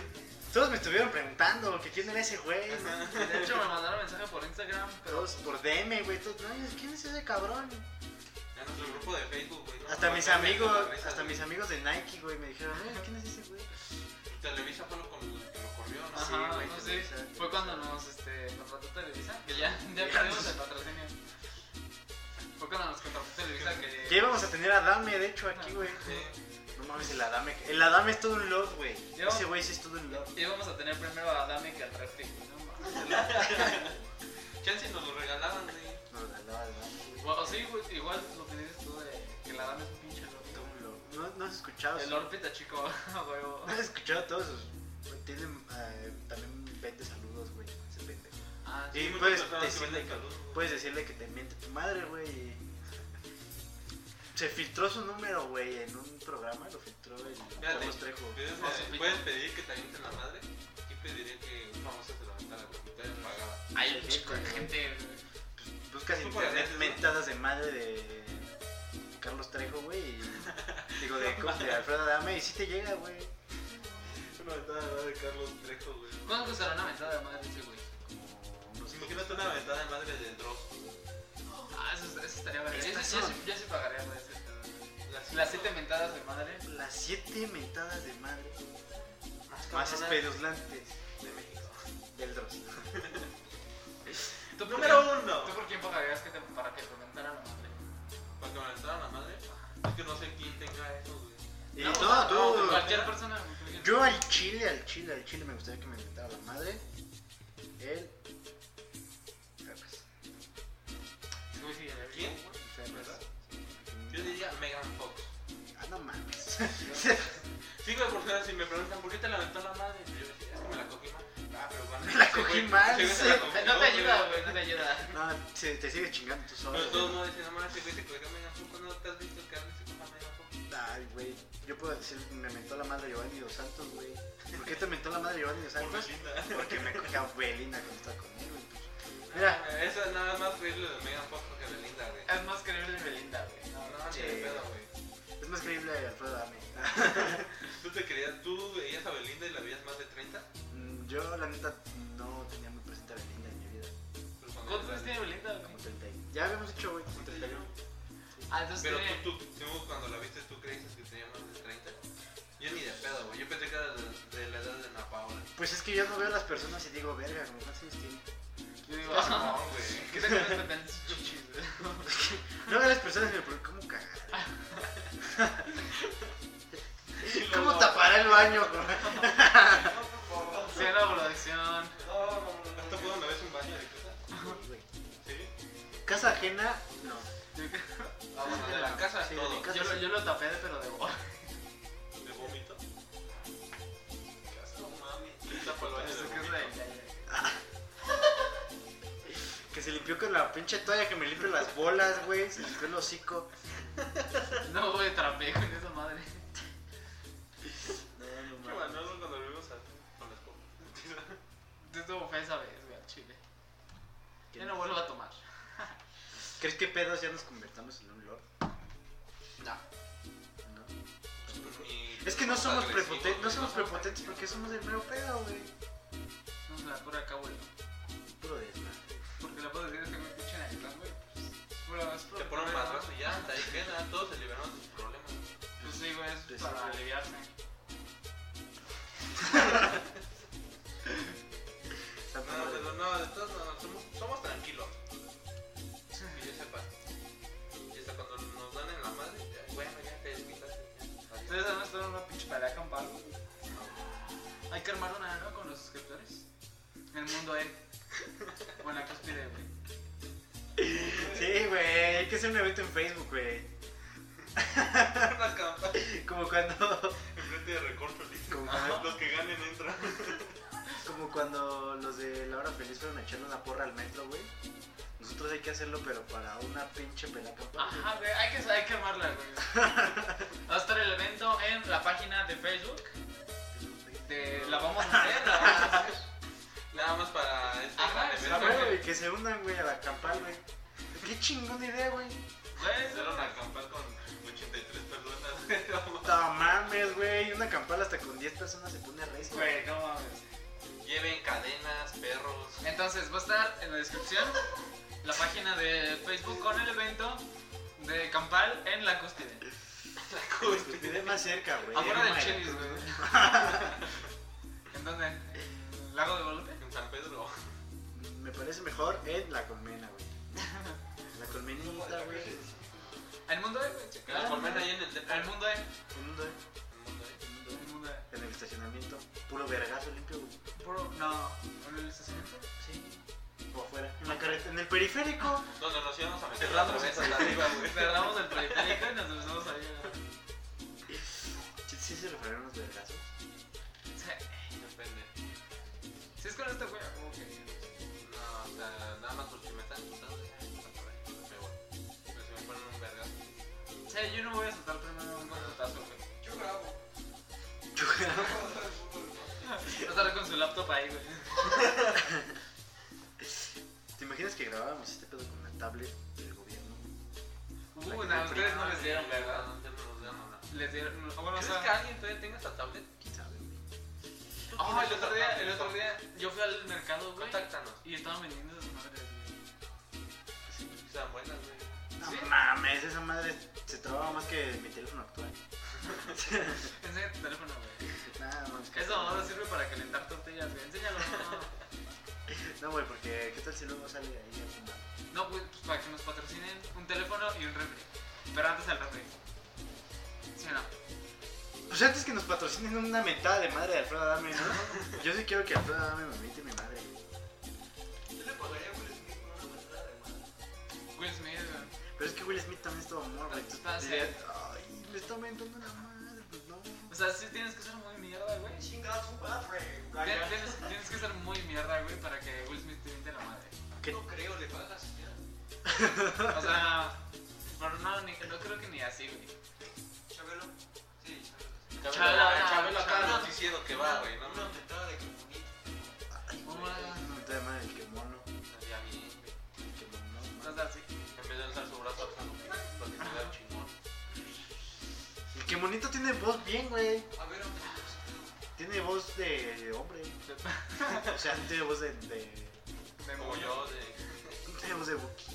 S1: Todos me estuvieron preguntando que quién era ese güey. ¿no?
S2: De hecho, me mandaron mensaje por Instagram, pero.
S1: Todos por DM, güey. Todos, "Ay, ¿quién es ese cabrón?
S4: En nuestro grupo de Facebook, güey. ¿no?
S1: Hasta
S4: No,
S1: mis
S4: no,
S1: amigos,
S4: la risa,
S1: hasta
S4: güey.
S1: mis amigos de Nike, güey, me dijeron, "Ay, ¿quién es ese güey?
S4: Televisa fue lo con lo que lo corrió, ¿no?
S1: Sí,
S2: Ajá,
S1: güey,
S2: no
S1: te
S2: sé.
S1: lo avisaron.
S2: Fue cuando nos, este, nos contrató Televisa, que ya, ya perdimos el patrocinio. Fue cuando nos contrató Televisa que.
S1: Que íbamos a tener a Dame, de hecho, aquí, güey.
S4: Ah, Sí.
S1: No mames, el Adame. El Adame es todo un love, güey.
S2: Yo-
S1: Ese güey sí es todo un love.
S2: Íbamos a tener primero a Dami que al refri, güey, no mames.
S4: Chance nos lo regalaban, güey.
S1: No, la lava de Adame, güey.
S2: Bueno, sí, güey, igual lo que dices tú de que la dama es un pinche
S1: Todo
S2: lorpita.
S1: un love. ¿No, no has escuchado?
S2: El
S1: su-
S2: lorpita chico, a huevo.
S1: No has escuchado todos sus. Tienen, eh, también vende saludos, güey. Ese pendejo.
S2: Ah,
S1: Y
S4: Sí, muchas
S1: puedes
S4: personas que
S1: decirle,
S4: venden
S1: que-
S4: saludos.
S1: puedes decirle que te miente tu madre, güey. y- Se filtró su número, güey, en un programa, lo filtró el
S4: Fíjate,
S1: Carlos Trejo.
S4: Puedes,
S2: O su
S4: eh, puedes pedir que te avienten la madre. Aquí pediría que un famoso se levantara, güey. que Te pagaba.
S2: hay un chico de gente, güey.
S1: Buscas en
S4: Tú por
S1: internet
S4: hacer, ¿no?
S1: mentadas de madre de Carlos Trejo, güey. y- Digo, de, de Alfredo Adame, y si te llega, güey.
S4: Una ventada de madre de Carlos Trejo, güey.
S2: ¿Cuánto costará una mentada de madre ese güey?
S1: Como unos-
S4: Imagínate una ventada de madre de Dross.
S2: Ah, eso, eso estaría verga. Yo,
S1: Estas
S2: sí- yo
S1: son-
S2: sí- yo sí pagaría por ese pedo, güey. Las siete mentadas de madre.
S1: Las siete mentadas de madre más
S4: cabronas
S1: espeluznantes
S4: de México.
S1: del Dross.
S2: ¿Tú por
S4: Número
S2: quién-
S4: uno.
S2: ¿Tú por quién pagarías que te, para que te mentaran la madre?
S4: Para que me aventaran la madre. Es que no sé quién tenga eso, güey.
S1: Y
S2: No,
S1: todo,
S2: no,
S1: todo.
S2: Cualquier persona. güey.
S1: Yo al chile, al chile, al chile me gustaría que me inventara la madre. El. Ferres.
S2: Güey, sí, el-
S4: ¿Quién?
S1: El Ferres.
S4: ¿Verdad? Yo diría Megan Fox.
S1: Ah, no mames.
S4: Sí, güey, porque ahora si me preguntan por qué te la aventó la madre, yo decía, es que me la cogí mal. Ah, pero bueno.
S1: la cogí mal, sí.
S2: No te ayuda, güey, no te ayuda.
S1: No, se- te sigue chingando tú solo.
S4: Pero todos no dicen, no mames, ese güey te cogí a Megan Fox. ¿Cuándo te has visto que alguien se coja a Megan Fox?
S1: Ay, güey. Yo puedo decir, me mentó la madre Giovanni dos Santos, güey. ¿Por qué te mentó la madre Giovanni dos
S4: Por
S1: Santos?
S4: Belinda.
S1: Porque me cogí a Belinda cuando estaba conmigo. y
S4: Ah.
S1: pues- Mira,
S4: Mira, eso es nada más creíble de Megan Fox que Belinda, güey.
S2: Es más creíble Belinda, güey.
S4: No,
S2: No, no.
S4: no, ni de
S1: Sí.
S4: pedo, güey.
S1: es más creíble Alfredo Dame.
S4: ¿Tú te creías, tú veías a Belinda y la veías más de 30?
S1: Yo, la neta, no tenía muy presente a Belinda en mi vida.
S4: Pero Pues cuando
S2: ¿Cuántos años
S4: la-
S2: tiene Belinda, güey?
S1: Como 30. y- Ya habíamos dicho, güey, como 31.
S2: Ah, entonces
S4: Pero
S2: tiene-
S4: tú, tú, tú cuando la viste, ¿tú creíste que tenía más de 30? Yo ni de pedo, güey. Yo pensé que era de, de la edad de Ana Paola.
S1: Pues es que yo no veo a las personas y digo, verga, como cuántos años tiene.
S2: Yo digo,
S4: No,
S2: ah,
S4: güey.
S2: ¿qué te crees que te sus chichis, güey?
S1: No veo a las personas y me pregunto, ¿cómo cagar? ¿Cómo tapará el baño?
S3: favor.
S2: Sí, la producción.
S3: No, no, no, no.
S4: ¿Hasta puedo una vez un baño de casa?
S1: güey?
S4: Sí.
S1: Casa ajena, no.
S4: Ah, bueno, de la casa
S1: Sí, de
S4: todo.
S1: mi casa.
S2: Yo, lo- yo lo tapé, pero de bola.
S4: ¿De vómito?
S3: No mames.
S4: Lista para el baño de
S2: Eso que es
S4: vómito.
S2: de-
S1: Que se limpió con la pinche toalla que me limpio las bolas, güey. Se limpió el hocico.
S2: No, güey, trapé con esa madre.
S1: No, no,
S4: Este, Qué
S1: mames.
S4: Manolo cuando lo vimos a- con la escoba.
S2: Esto fue esa vez, güey, al chile.
S1: ¿Qué
S2: Ya no vuelvo a tomar.
S1: ¿Crees que pedos ya nos convertamos en un lord?
S4: No.
S1: ¿No? Es que no somos prepotentes, no somos prepotentes porque somos el mero pedo, güey.
S2: Somos la pura cabuela.
S1: Puro desmadre.
S2: Porque la puedo decir es que me escuchan en el clan, güey. pues, Es pura, es puro
S4: Te ponen
S2: problema.
S4: madrazo y ya, hasta ahí queda. Todos se liberaron de sus problemas.
S2: Pues sí, güey, es para
S1: Desafío.
S2: aliviarse.
S1: Está
S4: No,
S1: mal.
S4: pero no, de todos no, somos, somos tranquilos. Que yo sepa. Y hasta cuando nos dan en la madre, ya, bueno, ya te desquitaste.
S2: Ustedes van a estar en una pinche pelea campal, güey. Hay que armar una, ¿no? Con los suscriptores. En el mundo E. O en la cúspide, güey.
S1: Sí, güey, hay que hacer un evento en Facebook, güey.
S4: Una campaña
S1: Como cuando,
S4: enfrente de recorcho listo.
S1: como cuando,
S4: Los que ganen entran.
S1: como cuando los de La Hora Feliz fueron a echarle una porra al metro, güey. Nosotros hay que hacerlo, pero para una pinche pelaca.
S2: Ajá, güey, hay que, hay que armarla, güey. Va a estar el evento en la página de Facebook. De, la vamos a hacer, la vamos a hacer.
S4: Nada más para este
S2: Ajá,
S4: gran
S2: sí,
S1: Ah,
S4: evento.
S1: bueno, güey, que se hundan, güey, a la campal, güey. Qué chingón idea, güey.
S2: Güey,
S4: Empezaron a acampar con 83 personas.
S1: No mames, güey. Una campal hasta con 10 personas se pone recio.
S2: Güey, no mames.
S4: Lleven cadenas, perros.
S2: Entonces, va a estar en la descripción la página de Facebook con el evento de Campal en la cúspide.
S1: Te quedé más cerca, güey.
S2: Afuera del
S1: Madre.
S2: Chelis, güey. ¿En dónde? ¿En Lago de Guadalupe?
S4: En San Pedro.
S1: Me parece mejor en la colmena, güey. La colmenita, güey.
S2: ¿En Mundo E, güey?
S4: Que las colmen ahí en el depa.
S2: ¿En Mundo E?
S1: En un-
S2: ¿En Mundo E?
S1: En el estacionamiento. Puro vergazo limpio, güey.
S2: Puro- No, ¿en el estacionamiento?
S1: O afuera. En la carretera. En el periférico.
S4: Donde nos íbamos a meter la
S2: Pues
S4: vez hasta arriba, güey.
S2: Cerramos el periférico y nos empezamos ahí. a-
S1: Sí, sí se refirieron los vergazos.
S2: Sí,
S4: Depende.
S2: Si es con este güey, como que.
S4: No, o sea, nada más porque me están asustando. ya, Me voy. Pero si me ponen un vergazo.
S2: Sí, yo no voy a soltar primero un contratazo, güey.
S3: Yo grabo.
S2: Voy a estar con su laptop ahí, güey.
S1: ¿Te imaginas que grabábamos este pedo con la tablet del gobierno?
S2: Uh, no, ustedes no les dieron, ¿verdad?
S4: No, ustedes no nos dieron nada.
S2: Les dieron. o Bueno, o
S4: ¿Crees
S2: sea.
S4: que alguien todavía tenga esta tablet?
S1: ¿Quién sabe, güey?
S2: Ah, el otro día, el otro día, yo fui al mercado, güey,
S4: Contáctanos.
S2: y estaban vendiendo esas madres, güey.
S4: Están buenas, güey.
S1: No
S2: ¿Sí?
S1: mames, esa madre se trababa más que mi teléfono actual.
S2: Enseña tu teléfono, güey.
S1: Nada, mames.
S2: Esa mamada sirve para calentar tortillas, güey. Enséñalo, no.
S1: No, güey, porque ¿qué tal si luego sale ahí a fumar?
S2: No, güey, pues para que nos patrocinen un teléfono y un refri. Pero antes el refri. ¿Sí o no?
S1: Pues antes que nos patrocinen una mentada de madre de Alfredo Adame, ¿no? Yo sí quiero que Alfredo Adame me mete mi madre.
S3: Yo le pagaría a Will Smith por una mentada de madre.
S2: Will Smith, güey.
S1: Pero es que Will Smith también estaba amor, güey. Entonces
S2: Ah, sí.
S1: diría, ay, me está mentando la madre, pues no.
S2: O sea, sí tienes que ser muy mierda, güey. Tien-
S3: Chinga tu madre, Ryan.
S2: Tienes, tienes que ser muy mierda, güey, para que Will Smith te miente la madre.
S1: ¿Qué?
S3: No creo, le pagas ya.
S2: O sea, pero no, ni- no creo que ni así, güey.
S3: Chabelo. Sí, Chabelo.
S2: Chala,
S4: Chabelo acá
S2: chala.
S4: nos diciendo que va, güey. No,
S3: Una
S4: no.
S3: mentada de comunista.
S1: Ay, güey,
S2: Hola.
S1: una mentada de madre, el que mono.
S4: Estaría bien, güey.
S1: El que mono. no,
S2: Entonces, así.
S4: En vez de alzar su brazo, alzar un Porque se vea chingón.
S1: mames. El que monito tiene voz bien, güey.
S3: A ver, hombre. pues,
S1: Tiene voz de, de hombre. O sea, no tiene voz de. de
S2: Me
S4: Como
S2: voy.
S4: yo, de.
S1: no tiene voz de Buki.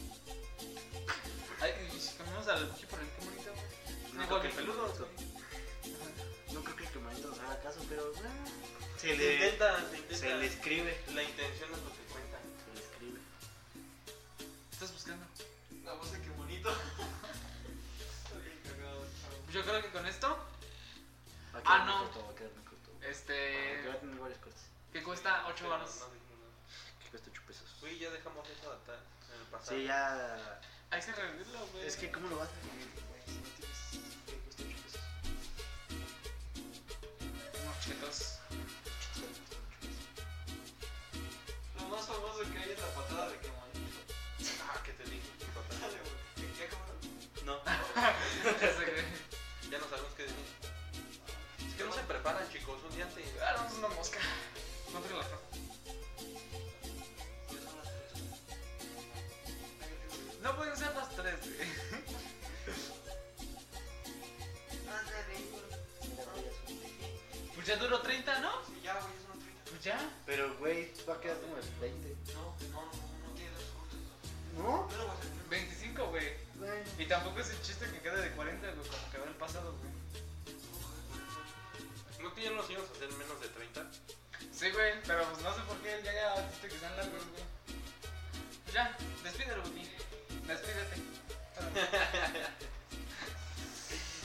S2: Ay, y si cambiamos al pinche por el qué bonito, güey.
S1: No,
S2: Igual
S1: que
S2: que
S1: el
S2: peludo,
S1: peludo. No creo que el que monito nos haga caso, pero. ah, se,
S4: Se
S1: le,
S4: intenta, se
S1: se le
S4: intenta.
S1: escribe.
S4: La intención es lo que cuenta.
S1: Se le escribe.
S2: ¿Estás buscando?
S3: La voz de que bonito. Está bien cagado, chavo.
S2: Yo creo que con esto,
S1: Va a quedar
S2: Ah,
S1: muy
S2: no.
S1: corto, va a quedar muy corto. Porque va
S2: este,
S1: a tener varios cortes.
S2: que cuesta 8 baros.
S4: No dijo nada.
S1: Que cuesta 8 pesos.
S4: Güey, ya dejamos eso atrás. En el pasado.
S1: Sí, ya.
S2: Hay que revivirlo, güey.
S1: Es que, ¿cómo lo vas a vivir, güey? Si no tienes. que cuesta 8 pesos.
S2: unos chetos.
S3: Lo más famoso que hay es la patada de que bonito.
S4: Ah, ¿qué te dije? ¿Qué pasa?
S3: Dale, güey. Ya acabaron.
S4: No,
S2: Ese, güey.
S4: ya no sabemos qué decir. Es que no se preparan, chicos. Un día antes.
S2: Ah, no, es una mosca. No te la No pueden usar la Pues
S1: Pero, güey, va a quedar como el 20.
S3: No, no, no, no tiene recursos.
S1: ¿No?
S3: No lo vas a tener.
S2: 25, güey.
S1: Güey.
S2: Y tampoco es el chiste que queda de 40, güey, como quedó en el pasado, güey.
S4: ¿No que ya no nos íbamos a hacer menos de 30?
S2: Sí, güey, pero pues no sé por qué ya ya dijiste que sean largos, güey. Pues ya, despídelo, güey. Despídete.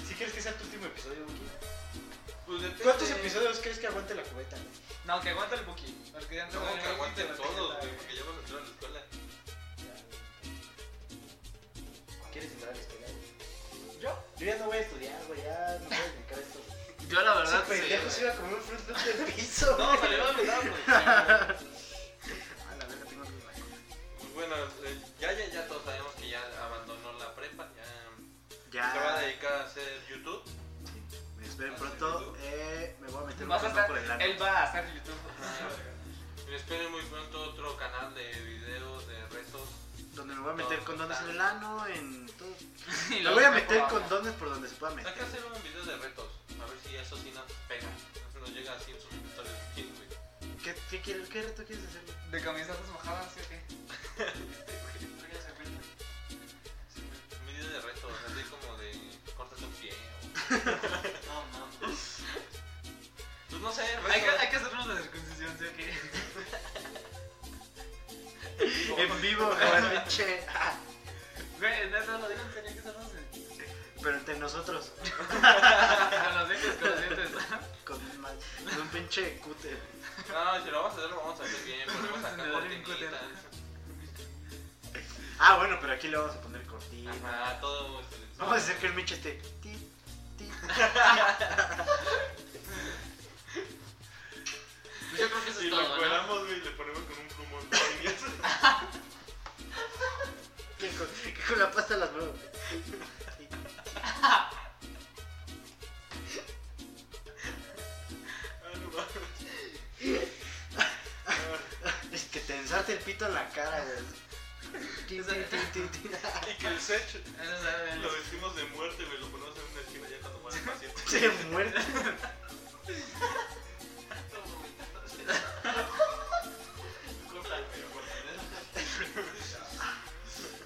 S1: ¿Sí crees que sea tu último episodio, Buki?
S4: Pues depende.
S1: ¿Cuántos episodios crees que aguante la cubeta, güey?
S2: No, que aguanta el buki. Porque ya
S4: No,
S2: entró el
S4: que
S2: Buki, te
S4: aguanten
S2: lo
S4: todos,
S2: quita,
S4: güey, porque ya vamos a entrar a la escuela.
S1: ¿Quieres entrar a la escuela? ¿Yo? Yo ya no voy a estudiar, güey, ya no voy a dedicar a esto.
S4: Yo la
S1: Ese pendejo se iba a comer un fruto del piso.
S4: No, se le va a olvidar, güey.
S1: A la verga, tengo miedo.
S4: Pues bueno, eh, ya, ya, ya todos sabemos que ya abandonó la prepa, ya se va
S1: Ya.
S4: a dedicar a hacer YouTube.
S1: Me esperen pronto. Eh, me voy a meter un
S2: Vas a
S1: condón por el
S2: estar,
S1: ano.
S2: él va a hacer YouTube.
S4: Y esperen muy pronto otro canal de videos, de retos.
S1: Donde me voy a meter
S4: No,
S1: condones en el ano, en todo.
S2: Y
S1: Me
S2: luego
S1: voy a
S2: se
S1: meter
S2: juega.
S1: condones por donde se pueda
S4: Hay que
S1: meter.
S4: hacer un video de retos, a ver si eso sí nos pega. Nos llega a 100 suscriptores. Sí, güey.
S1: ¿Qué, qué, quieres- qué reto quieres hacer? güey?
S2: De camisetas mojadas, ¿sí o qué?
S3: Pero ya se cuenta. Se cuenta.
S4: Un video de retos, así como de cortas un pie o...
S3: No, mames.
S4: Pues no sé, retos.
S2: Hay que, hay que hacernos la circuncisión, ¿sí o qué?
S1: En vivo, güey, pinche.
S2: Güey, no, no, lo digo en serio, hay que hacernos el-
S1: Pero entre nosotros.
S2: con los dientes, con los dientes.
S1: Con un, mal- con un pinche cúter.
S4: No, si lo vamos a hacer, lo vamos a hacer bien. Ponemos acá
S2: Me duele un
S4: cortinitas.
S1: Ah, bueno, pero aquí le vamos a poner cortina.
S4: Ajá, todo. este,
S1: Vamos a hacer que el pinche esté. ti, ti.
S4: Pues yo creo que eso
S2: Y
S4: es
S2: lo
S4: todo, ¿no?
S2: cuelamos.
S4: güey, le ponemos con un plumón. Ah,
S1: Que con, que con la pasta las manos. Es que tensarte el pito en la cara, güey. Ti, ti, ti, ti, ti.
S4: Y que el Sech
S2: Eso es el-
S4: lo vestimos de muerte, güey. Lo ponemos en una esquina ya cuando muera el paciente.
S1: Se muerde.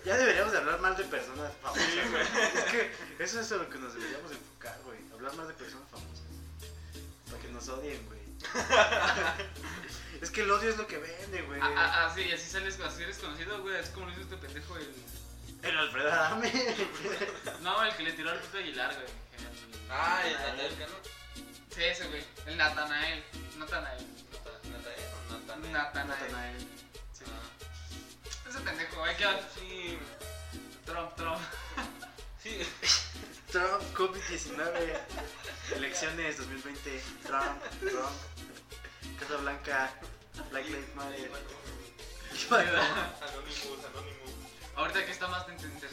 S1: Ya deberíamos de hablar más de personas famosas. Es que eso es a lo que nos deberíamos enfocar, güey. Hablar más de personas famosas. Para que nos odien, güey. es que el odio es lo que vende, güey.
S2: Ah, ah, ah, sí, y así sales, así eres conocido, güey. Es como lo hizo este pendejo el.
S1: El Alfredo Adame.
S2: No, el que le tiró al puto Aguilar, güey. El-
S4: Ah, el Natal Cano.
S2: Sí, ese, güey. El Natanael. Natanael.
S4: Nata- ¿Natael o Natanael?
S2: Natanael.
S1: Natanael.
S4: Ah.
S2: Ese pendejo, hay que.
S4: Sí,
S2: Trump, Trump.
S4: sí.
S1: Trump, COVID-19. Elecciones 2020. Trump, Trump. Casa Blanca. Black Lives Matter.
S4: Anonymous, Anonymous.
S2: Ahorita que está más de tendencia.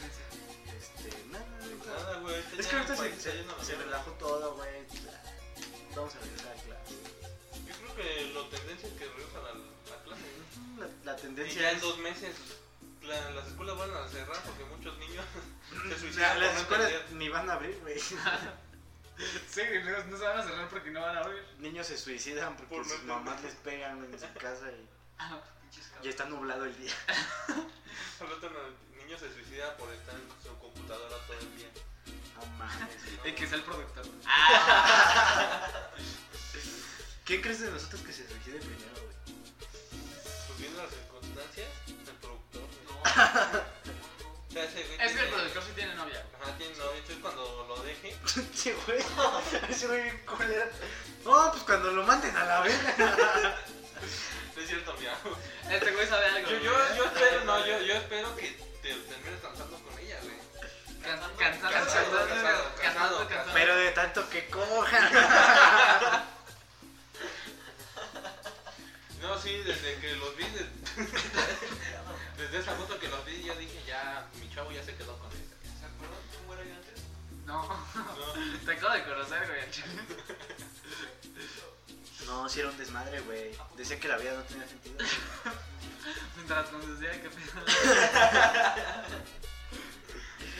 S1: Este, nada, ahorita-
S4: Nada, güey.
S1: Es que ahorita
S4: se,
S1: se, se relajó todo, güey. Vamos a regresar a clase.
S4: Yo creo que lo tendencia es que regresan a la, la clase. ¿no?
S1: La, la
S4: Y
S1: tendencia
S4: ya en
S1: es.
S4: dos meses la- las escuelas van a cerrar porque muchos niños se
S1: O
S4: suicidan.
S1: sea,
S4: por
S1: las
S4: no
S1: escuelas
S4: entender.
S1: ni van a abrir, güey.
S2: Sí, güey, no, no se van a cerrar porque no van a abrir.
S1: Niños se suicidan porque
S4: Por no
S1: sus
S4: entender.
S1: mamás les pegan güey, en su casa y
S2: Ah,
S3: Pinches
S1: ya está nublado el día.
S4: Al rato los niños se suicidan por estar en su computadora todo el día.
S1: No mames.
S4: ¿no?
S2: Y Ah, que sea el productor.
S1: ¿Quién crees de nosotros que se suicide primero, güey?
S4: Pues viendo las circunstancias, el productor. ¿no?
S3: cabrones.
S4: O sea, ese güey
S2: Es que el
S4: tiene-
S2: productor sí tiene novia, güey.
S4: Ajá, tiene novio, entonces cuando lo deje,
S1: Sí, güey. Ese güey bien culero. No, pues cuando lo manden a la verga.
S4: es cierto, mi amor.
S2: Este güey sabe algo.
S4: Yo, yo,
S2: güey.
S4: yo espero, no, yo, yo espero que te termines cansando con ella, güey.
S2: Can- Cansado,
S4: Cansado,
S2: cansado,
S4: cansado,
S2: cansado,
S4: cansado.
S2: cansado.
S1: Pero de tanto que cojan.
S4: No, sí, desde que los vi, desde, desde esa foto que los vi, yo dije, ya, mi chavo ya se quedó con ella.
S3: ¿Se acuerdan cómo era yo antes?
S2: No,
S4: No,
S2: te acabo de conocer, güey. al chile.
S1: No, sí era un desmadre, güey. Decía que la vida no tenía sentido.
S2: Mientras conducía, qué pedo.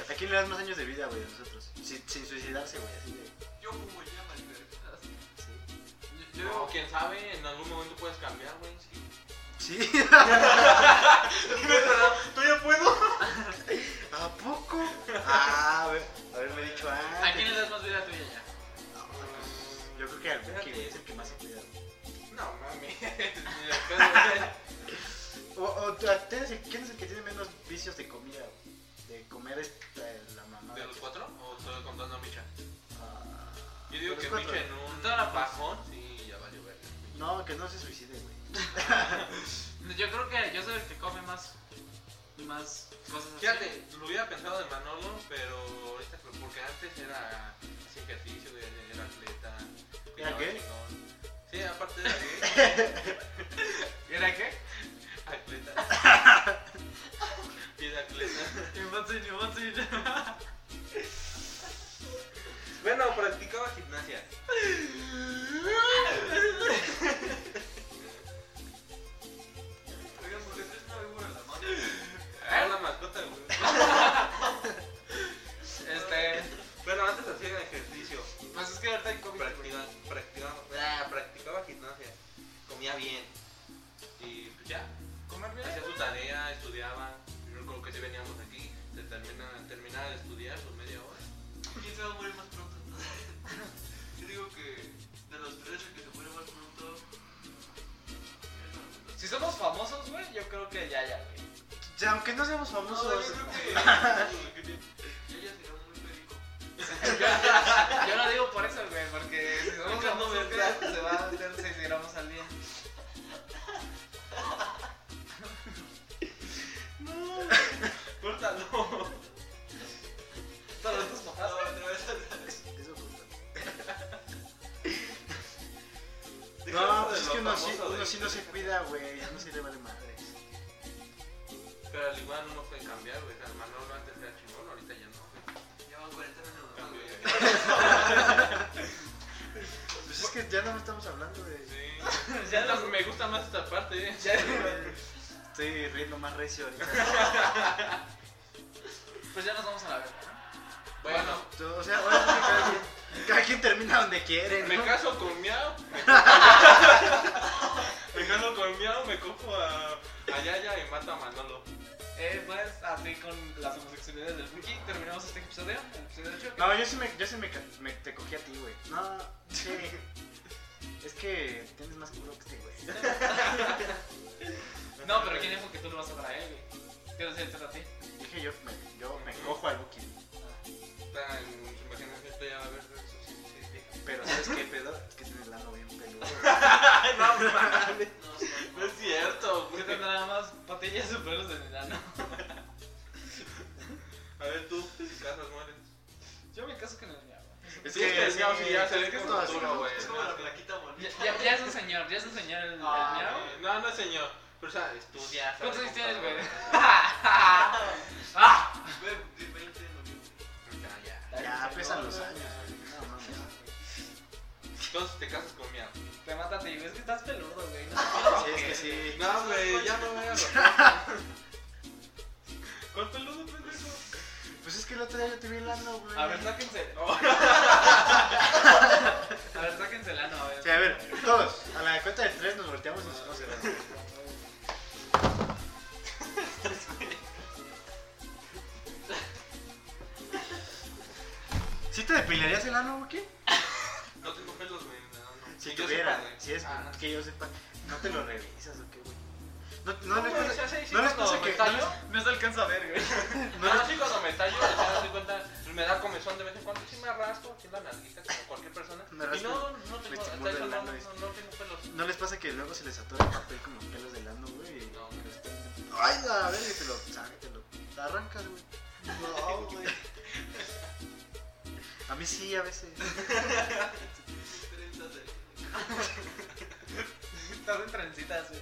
S1: ¿A quién le das más años de vida, güey, de nosotros? Sin, sin suicidarse, güey, así de.
S3: Yo como ya, Maribel.
S1: Sí.
S2: Yo, yo
S4: quién sabe, en algún momento puedes cambiar, güey.
S3: Sí,
S1: Sí.
S4: Y me esperaba, ¿Tú ya puedo?
S1: ¿A poco? Ah, a ver, haberme dicho antes.
S2: ¿A quién le das más vida tuya ya?
S1: No, pues, yo creo que al Buki, güey, es el que más se cuida.
S4: No, mami. Ni de
S1: O,
S4: pedo.
S1: o, ¿tienes el- ¿Quién es el que tiene menos vicios de comida? De comer esta, la mamá.
S4: ¿De los cuatro? ¿O estoy contando a Micha?
S1: Ah,
S4: Yo digo
S1: de los
S4: que
S1: cuatro.
S4: Micha en un
S2: Toda la
S4: bajón, sí, ya valió verga.
S1: No, que no se suicide, güey.
S2: Yo creo que yo soy el que come más, más cosas así.
S4: Fíjate, lo hubiera pensado de Manolo, pero ahorita, creo- porque antes era hacía ejercicio, era, era atleta. cuidaba
S1: qué?
S4: chingón. Sí, aparte era gay,
S2: ¿Era qué?
S4: atleta. Y era atleta.
S2: Infancy, infancy.
S4: Bueno, practicaba gimnasia.
S3: Oigan, ¿por qué traes una víbora en la mano?
S4: Era una mascota, güey.
S2: Este,
S4: Bueno, antes hacía ejercicio.
S2: pues es que ahorita hay COVID.
S4: Practicaba, practicaba, ah, practicaba gimnasia. Comía bien. Y pues ya.
S2: Comer bien.
S4: Hacía su tarea, estudiaba. Yo creo que si veníamos aquí, se termina, terminaba de estudiar por media hora.
S3: ¿Quién se va a morir más pronto? Yo digo que de los tres, el que se muere más pronto.
S2: Si somos famosos, güey, yo creo que ya, ya, güey.
S1: O sea, aunque no seamos
S3: No,
S1: famosos.
S3: yo creo que. Ella será muy perico.
S2: Yo lo digo por eso, güey, porque si somos famosos, güey, se va a hacer 6 gramos al día.
S4: Córtalo.
S2: Todos estos
S3: Ah,
S2: mojados.
S3: otra vez.
S1: Eso cuenta. No,
S4: Dejamos
S1: pues
S4: de
S1: es
S4: lo
S1: que uno sí,
S4: famoso de-
S1: uno sí no se cuida, güey. A uno sí le vale madre.
S4: Pero al igual uno puede cambiar, güey. Al Manolo antes era chingón, ahorita ya no. güey.
S3: Ya van 40 minutos.
S4: Cambió
S3: güey.
S4: ya.
S1: Pues es que ya no estamos hablando de.
S4: Sí. Ya no- me gusta más esta parte, eh.
S2: Ya,
S1: Estoy riendo más recio ahorita.
S2: pues ya nos vamos a la verga, ¿no?
S4: Bueno,
S1: O sea, ahora sí que cada quien, cada quien termina donde quiere,
S4: me
S1: ¿no?
S4: caso con Miao. Me caso con Miao, me cojo a, a Yaya y mata a Manolo.
S2: Eh, pues así con las homosexualidades del Fuki terminamos este episodio, el episodio 8.
S1: No, yo sí me, yo sí me, ca- me- te cogí a ti, güey. No, sí. Es que tienes más culo que este, güey.
S2: No, pero ¿quién dijo que tú lo vas a dar a él, güey? Quiero decir, esto a ti.
S1: Dije yo me, yo me cojo al Buki.
S4: Está en su imaginación, esto ya va a ver. Sí, sí, sí.
S1: Pero ¿sabes qué pedo? Es que tienes el lado bien peludo.
S4: Ay, no mames.
S3: No, sí,
S4: No es cierto,
S2: ¿Qué
S4: güey.
S2: tendrá más patillas o pelos en el ano?
S4: A ver tú, si casas, mueres.
S2: Yo me caso con el mío, güey.
S1: Es
S4: Sí, es que
S1: sí,
S4: sí, ya se
S1: es
S4: ve
S1: que
S4: con
S1: no,
S4: futuro,
S1: sí, no.
S4: güey.
S3: Es como la plaquita
S2: Ya,
S3: bonita.
S2: ya, ya es un señor, ya es un señor el, el
S3: Ah,
S2: miau.
S4: Eh, No, no, señor. Pero, o sea, estudia. sabe
S2: ¿Cuántos años tienes, güey?
S4: comprar.
S2: ah,
S3: Ve, de 20 de noviembre.
S4: Ya, ya.
S1: Ya pesan los
S2: No,
S1: años, güey. No mames.
S4: Entonces te casas con Miao.
S2: Te mata a ti, güey. Es que estás peludo, güey. No,
S1: Sí, es que sí.
S4: No, güey, ya no voy a ¿Cuánto peludo, pendejo?
S1: Pues es que el otro día yo te vi helando, güey.
S2: A ver, sáquense. A ver, sáquense el ano, a ver.
S1: Sí, a ver, todos, a la cuenta de tres nos volteamos y nos vamos a ¿Sí te depilarías el ano, Buki?
S4: No tengo pelos, güey. No, no.
S1: Si
S4: Que yo
S1: tuviera,
S4: sepa, güey.
S1: si es
S4: Ah, no.
S1: que yo sepa, no te lo revisas o qué, güey. No, no,
S4: No,
S1: les
S4: güey, o
S1: pasa-
S4: sea, sí, sí,
S1: no les
S4: cuando
S1: pasa
S4: me
S1: que-
S4: tallo,
S2: No se alcanza a ver, güey.
S1: no
S4: no,
S1: les-
S4: sí, cuando me tallo, o sea, me doy cuenta, pues, me da comezón de vez en cuando, sí me rasco aquí en la nalguita como cualquier persona.
S1: Me
S4: y
S1: rasco,
S4: no, no
S1: me
S4: tengo,
S1: estimulo
S4: hasta eso
S1: el
S4: no,
S1: ano
S4: no,
S1: este.
S4: no tengo pelos.
S1: ¿No les pasa que luego se les atora el papel como pelos del ano, güey? y-
S4: No,
S1: Ay, a ver, y te lo saca, te lo te arrancas, güey.
S3: No, güey.
S1: A mí sí, a veces.
S3: 30 de.
S2: Estás en trencitas, güey.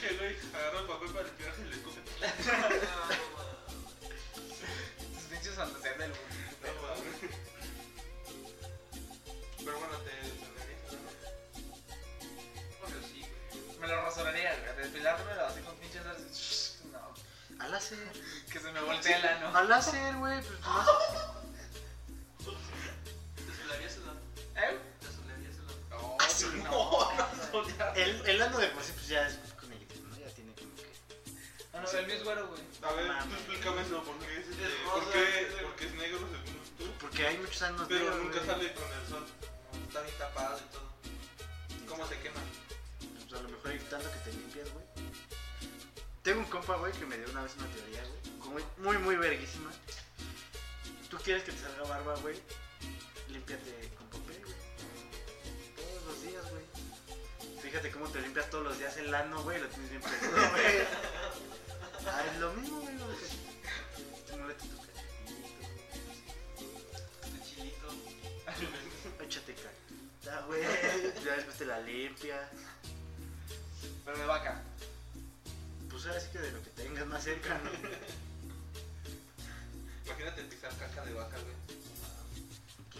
S4: Che, Luis, agarra el papel para limpiarse y le escupe.
S3: Ah, no, ma.
S2: Sus pinches fantasías del
S4: No,
S2: mundo.
S4: güey. Pero bueno, te te
S3: Obvio, sí, güey.
S2: Me lo razonaría, güey. Depilármelo así con pinches así. No.
S1: Al hacer.
S2: Que se me voltee el ano.
S1: Al hacer, güey, pues más.
S3: Te solearías el ano.
S2: ¿Eh?
S3: Te solearías el ano.
S2: No,
S1: Ah, sí.
S2: no.
S4: realizas, ¿no?
S1: El, el ano de por sí, pues ya es con el
S2: O sea, el mío es güero, güey.
S4: A ver, tú explícame eso, ¿por qué es, este,
S3: Es
S4: por
S3: rosa,
S4: qué,
S3: es-
S4: por qué es negro según tú?
S1: Porque hay muchos años
S4: Pero
S1: negros,
S4: nunca
S1: güey.
S4: sale con el sol.
S3: Está bien tapado y todo.
S4: ¿Cómo se quema?
S1: Pues a lo mejor hay tanto que te limpias, güey. Tengo un compa, güey, que me dio una vez una teoría, güey. como es Muy, muy verguísima. Tú quieres que te salga barba, güey. Límpiate con papel, güey. Todos los días, güey. Fíjate cómo te limpias todos los días el ano, güey. Lo tienes bien peludo, güey. Ah, es lo mismo, güey. lo que- Te molesta tu cachetito.
S3: De chilito.
S1: Échate cachetita, güey. Ya después te la limpia.
S5: Pero de vaca.
S1: Pues ahora sí que de lo que tengas más cerca, ¿no?
S4: Imagínate pisar caca de vaca, güey.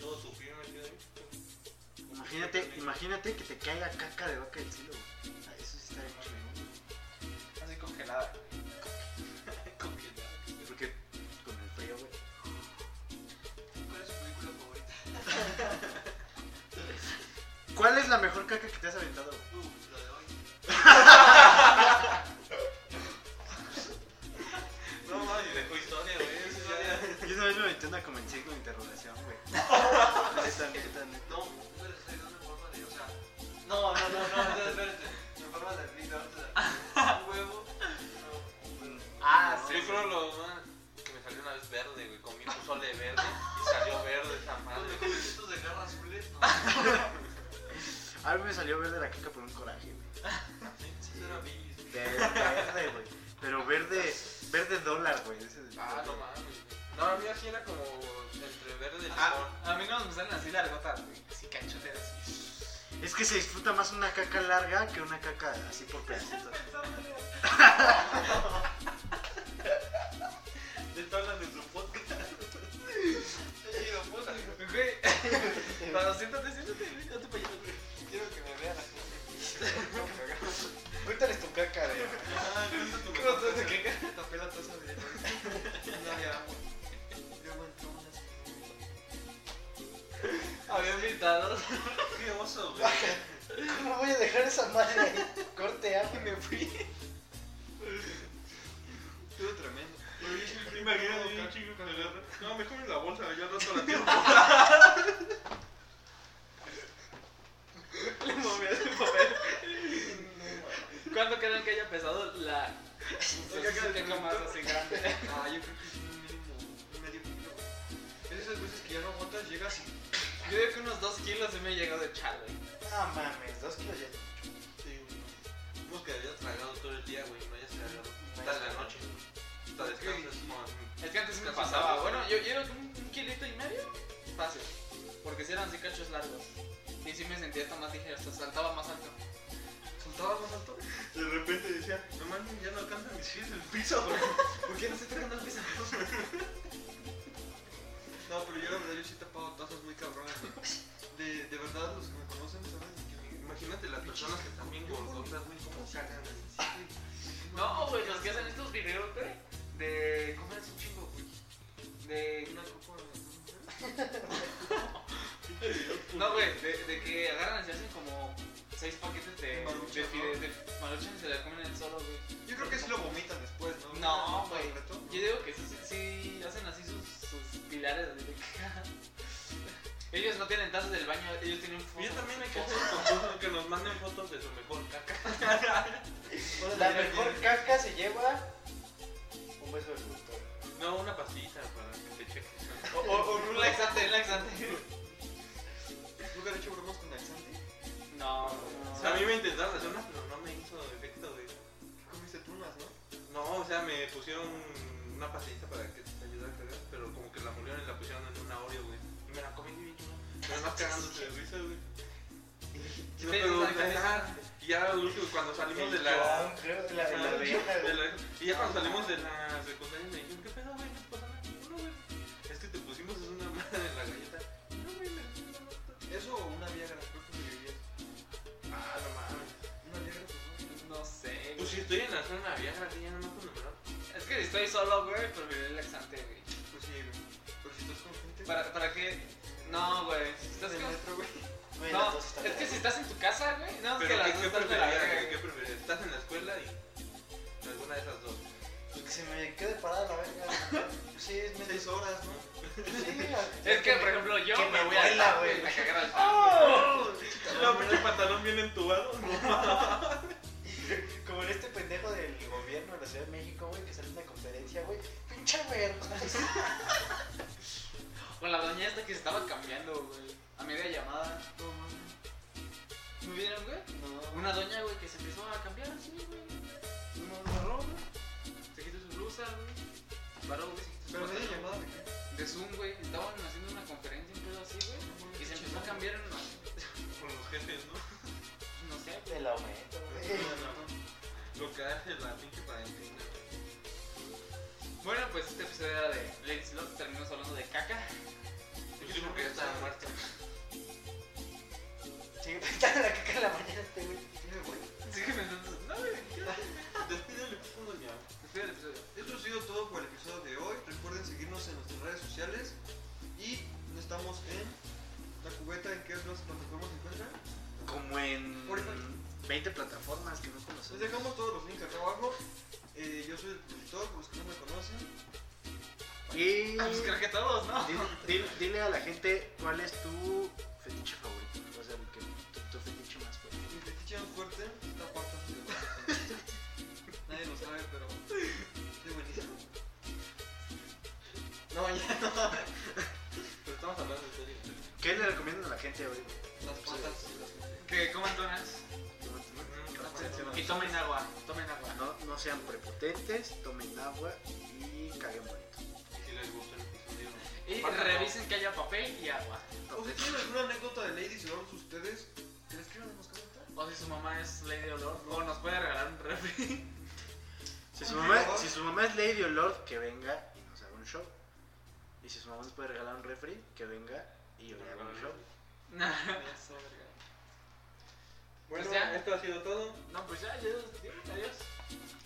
S4: Todo su pie metido ahí.
S1: Imagínate, imagínate que te caiga caca de vaca del cielo, güey. Ah, Eso sí está bien chido,
S2: Así congelada.
S4: Con que nada.
S1: ¿no? Porque con el frío, güey.
S3: ¿Cuál es su película favorita?
S1: ¿Cuál es la mejor caca que te has aventado, güey?
S3: Uh, la de hoy.
S4: No, no, y dejó historia, güey. es historia.
S1: Yo una vez me aventé una como en signo de interrogación, güey. Neta, neta, neta.
S3: No, pero estoy dando en forma de. O sea. No, no, no, no, no, espérate. En forma de rica, o sea, un huevo.
S1: Mm,
S2: Ah,
S4: Yo creo lo más que me salió una vez verde, güey. Comí un pozole verde y salió verde esa
S3: No,
S4: madre.
S3: no, con estos de garra azules, no.
S1: A mí me salió verde la caca por un coraje, güey.
S3: Eso era bilis.
S1: Pero verde, güey. Pero verde, verde dólar, güey. Ese de-
S4: Ah, no mames. No, a mí así era como entre verde y limón.
S2: Ah, a mí no me salen así largotas, güey. Así cachoteras.
S1: Es que se disfruta más una caca larga que una caca así por pedacitos.
S4: Te está hablando de su podcast.
S3: Digo, puta,
S2: Güey, pero siéntate, siéntate, güey. Date pa' allá, güey.
S3: quiero que me vean así.
S1: Cuéntales tu caca, güey.
S4: ¿Cómo te hace que
S3: Tapé la taza de agua. No había agua. Yo aguanté unas.
S2: Había invitados.
S4: Qué oso, güey.
S1: ¿Cómo voy a dejar esa madre ahí? Corte, ah, y me fui.
S3: Estuvo tremendo.
S4: Imagínate, un chico con el otro. No, mejor en la bolsa, yo no la tiempo.
S2: Le moví a su papel. ¿Cuánto creen que haya pesado la
S3: caca de
S2: caca más así grande?
S3: Ah, yo creo que es un mínimo. Un medio kilo. Es esas veces que ya no aguantas, llegas y.
S2: Yo digo que unos 2 kilos se me llegó de chale.
S1: Ah, mames, dos kilos ya.
S4: Vos pues que habías tragado todo el día, güey. No hayas tragado. Hasta la noche. Hasta
S3: Ok,
S4: descansas.
S3: sí.
S4: con-
S2: Es que antes me
S4: Casi
S2: pasaba.
S4: sabroso.
S2: Bueno, yo, yo era un, un kilito y medio. Fácil. Porque si eran así cachos largos. Y si me sentía hasta más ligero, hasta saltaba más alto.
S3: ¿Soltabas más alto?
S4: De repente decía, no mames, ya no alcanza mis pies el piso, güey.
S3: ¿Por qué no estoy tocando el piso? No, pero yo la verdad yo sí he tapado tazas muy cabrones. güey. De, de verdad, los que me conocen saben que me-
S4: Imagínate las personas que están bien
S3: Yo por mi
S4: gordotas, güey. ¿Cómo cagan?
S2: No, güey, los que hacen estos videos, güey. De. ¿Cómo eres un chingo, güey? De.
S3: Una copa de-
S2: No, güey, de, de que agarran y se hacen como seis paquetes de, de,
S3: Maruchan,
S2: fide-
S3: ¿no?
S2: de maruchan y se las comen en solo, güey.
S3: Yo creo que sí lo vomitan después, ¿no?
S2: No, güey.
S3: ¿Reto?
S2: Yo digo que sí, sí hacen así sus, sus pilares así de caca. Ellos no tienen tazas del baño, ellos tienen un
S4: Yo también hay que hacer un concurso que nos manden fotos de su mejor caca.
S3: Pues
S1: La mejor caca se lleva un beso de doctor.
S4: No, una pastillita para que te cheques.
S2: O, o- o un laxante, un laxante.
S3: ¿Nunca han hecho bromas con laxante?
S2: No,
S4: O sea, a mí me intentaron hacer unas, pero no me hizo efecto, güey.
S3: Comiste tunas, ¿no?
S4: No, o sea, me pusieron una pastillita para que te ayudara a cagar, pero como que la molieron y la pusieron en una Oreo, güey. Y me la comí bien chula. Pero más cagándote de risa, güey. No, pero, ajá, y ya al último, cuando salimos de la...
S1: creo, de la, de la
S4: Ajá,
S1: vieja,
S4: de
S1: güey.
S4: la- Y ya cuando salimos de la secundaria me dijeron, ¿qué pedo, güey? No pasa nada, ninguno, güey. Es que te pusimos una madre en la galleta. No, güey, me
S3: Eso o una viagra, creo que me vivías.
S4: Ah, no mames.
S3: Una viagra, pues no.
S2: no sé.
S4: Pues si estoy en la zona viaja, sí, ya no me acuerdo, ¿verdad?
S2: Es que estoy solo, güey, pero viviré el laxante, güey.
S3: Pues sí, güey. Pero si estás con gente.
S2: ¿Para, para qué? No, güey. si Estás
S3: en el
S2: con-
S3: metro, güey.
S1: Güey, las
S2: No,
S1: dos están
S2: es que
S1: de-
S2: si estás en tu casa, güey, no, Ah, es que
S4: Pero
S2: las
S4: ¿qué,
S2: dos
S4: qué
S2: están de la
S4: preferirías?
S2: verga,
S4: güey? ¿Qué
S2: güey.
S4: preferirías? ¿Estás en la escuela y alguna de esas dos?
S1: sí, es medio.
S4: Seis horas, ¿no?
S2: Es que, por ejemplo, yo
S1: que
S2: me
S1: me
S2: voy a
S1: duela,
S2: la
S1: güey. Ah.
S2: a cagar al
S4: No, pinche pantalón bien entubado.
S1: Como en este pendejo del gobierno de la Ciudad de México, güey, que sale en una conferencia, güey. Pinche güey.
S2: Con la doña esta que se estaba cambiando, güey. A media llamada. No, mames. ¿Me vieron, güey? Una doña, güey, que se empezó a cambiar así, güey. Uno de ropa. Se quitó su blusa, güey. Paró, güey, se quitó su
S3: Pero media
S2: pantalón.
S3: llamada de qué?
S2: De Zoom, güey. Estaban haciendo una conferencia, un pedo así, güey. Y se empezó a cambiar en una...
S4: Con los jefes, ¿no?
S2: No sé, güey.
S1: Del aumento, güey.
S4: Lo que hace la pinche Valentina.
S2: Bueno, pues este episodio era de Ladies Love. Terminamos hablando de caca.
S4: Pues sí, porque ya estaba muerto.
S1: Sigue pensando en la caca en la mañana este, güey.
S2: Sigue pensando. No, güey.
S4: Despídele, pues, con doña.
S2: Despide el episodio.
S3: Esto ha sido todo por el episodio de hoy. Recuerden seguirnos en nuestras redes sociales. Y estamos en la cubeta en qué otras plataformas se encuentran.
S1: Como en
S3: Spotify.
S1: 20 plataformas que no
S2: Pues
S3: Les
S1: conocemos.
S3: dejamos todos los links acá abajo. Eh, yo soy el productor, por los que no me conocen.
S1: Y
S2: Ah, pues creo que todos, ¿no?
S1: dile, dile- dile a la gente cuál es tu fetiche favorito. O sea, el que, tu, tu fetiche más fuerte.
S3: Mi fetiche más fuerte está cuarta Nadie lo sabe, pero estoy buenísimo. No, ya no.
S4: Pero estamos hablando en serio.
S1: ¿Qué le recomiendan a la gente hoy?
S3: Las patas.
S2: Que coman donas. Y tomen agua. Tomen agua.
S1: No, no sean prepotentes, tomen agua y caguen bonito.
S4: Si les gustó el episodio, ¿no?
S2: Y
S4: Aparte,
S2: revisen que haya papel y agua.
S3: ¿O si tienen alguna anécdota de Lady Silver ustedes? Que les escriban en los comentarios.
S2: O si su mamá es Lady Olor. O nos puede regalar un refri.
S1: Si su, mamá, si su mamá es Lady o Lord, que venga y nos haga un show. Y si su mamá nos puede regalar un refri, que venga y yo le haga un show.
S4: Bueno,
S2: Pues ya.
S4: esto ha sido todo.
S2: no, pues ya, ya. Adiós.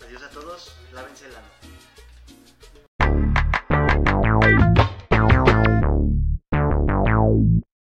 S1: Adiós a todos, lávense la mano.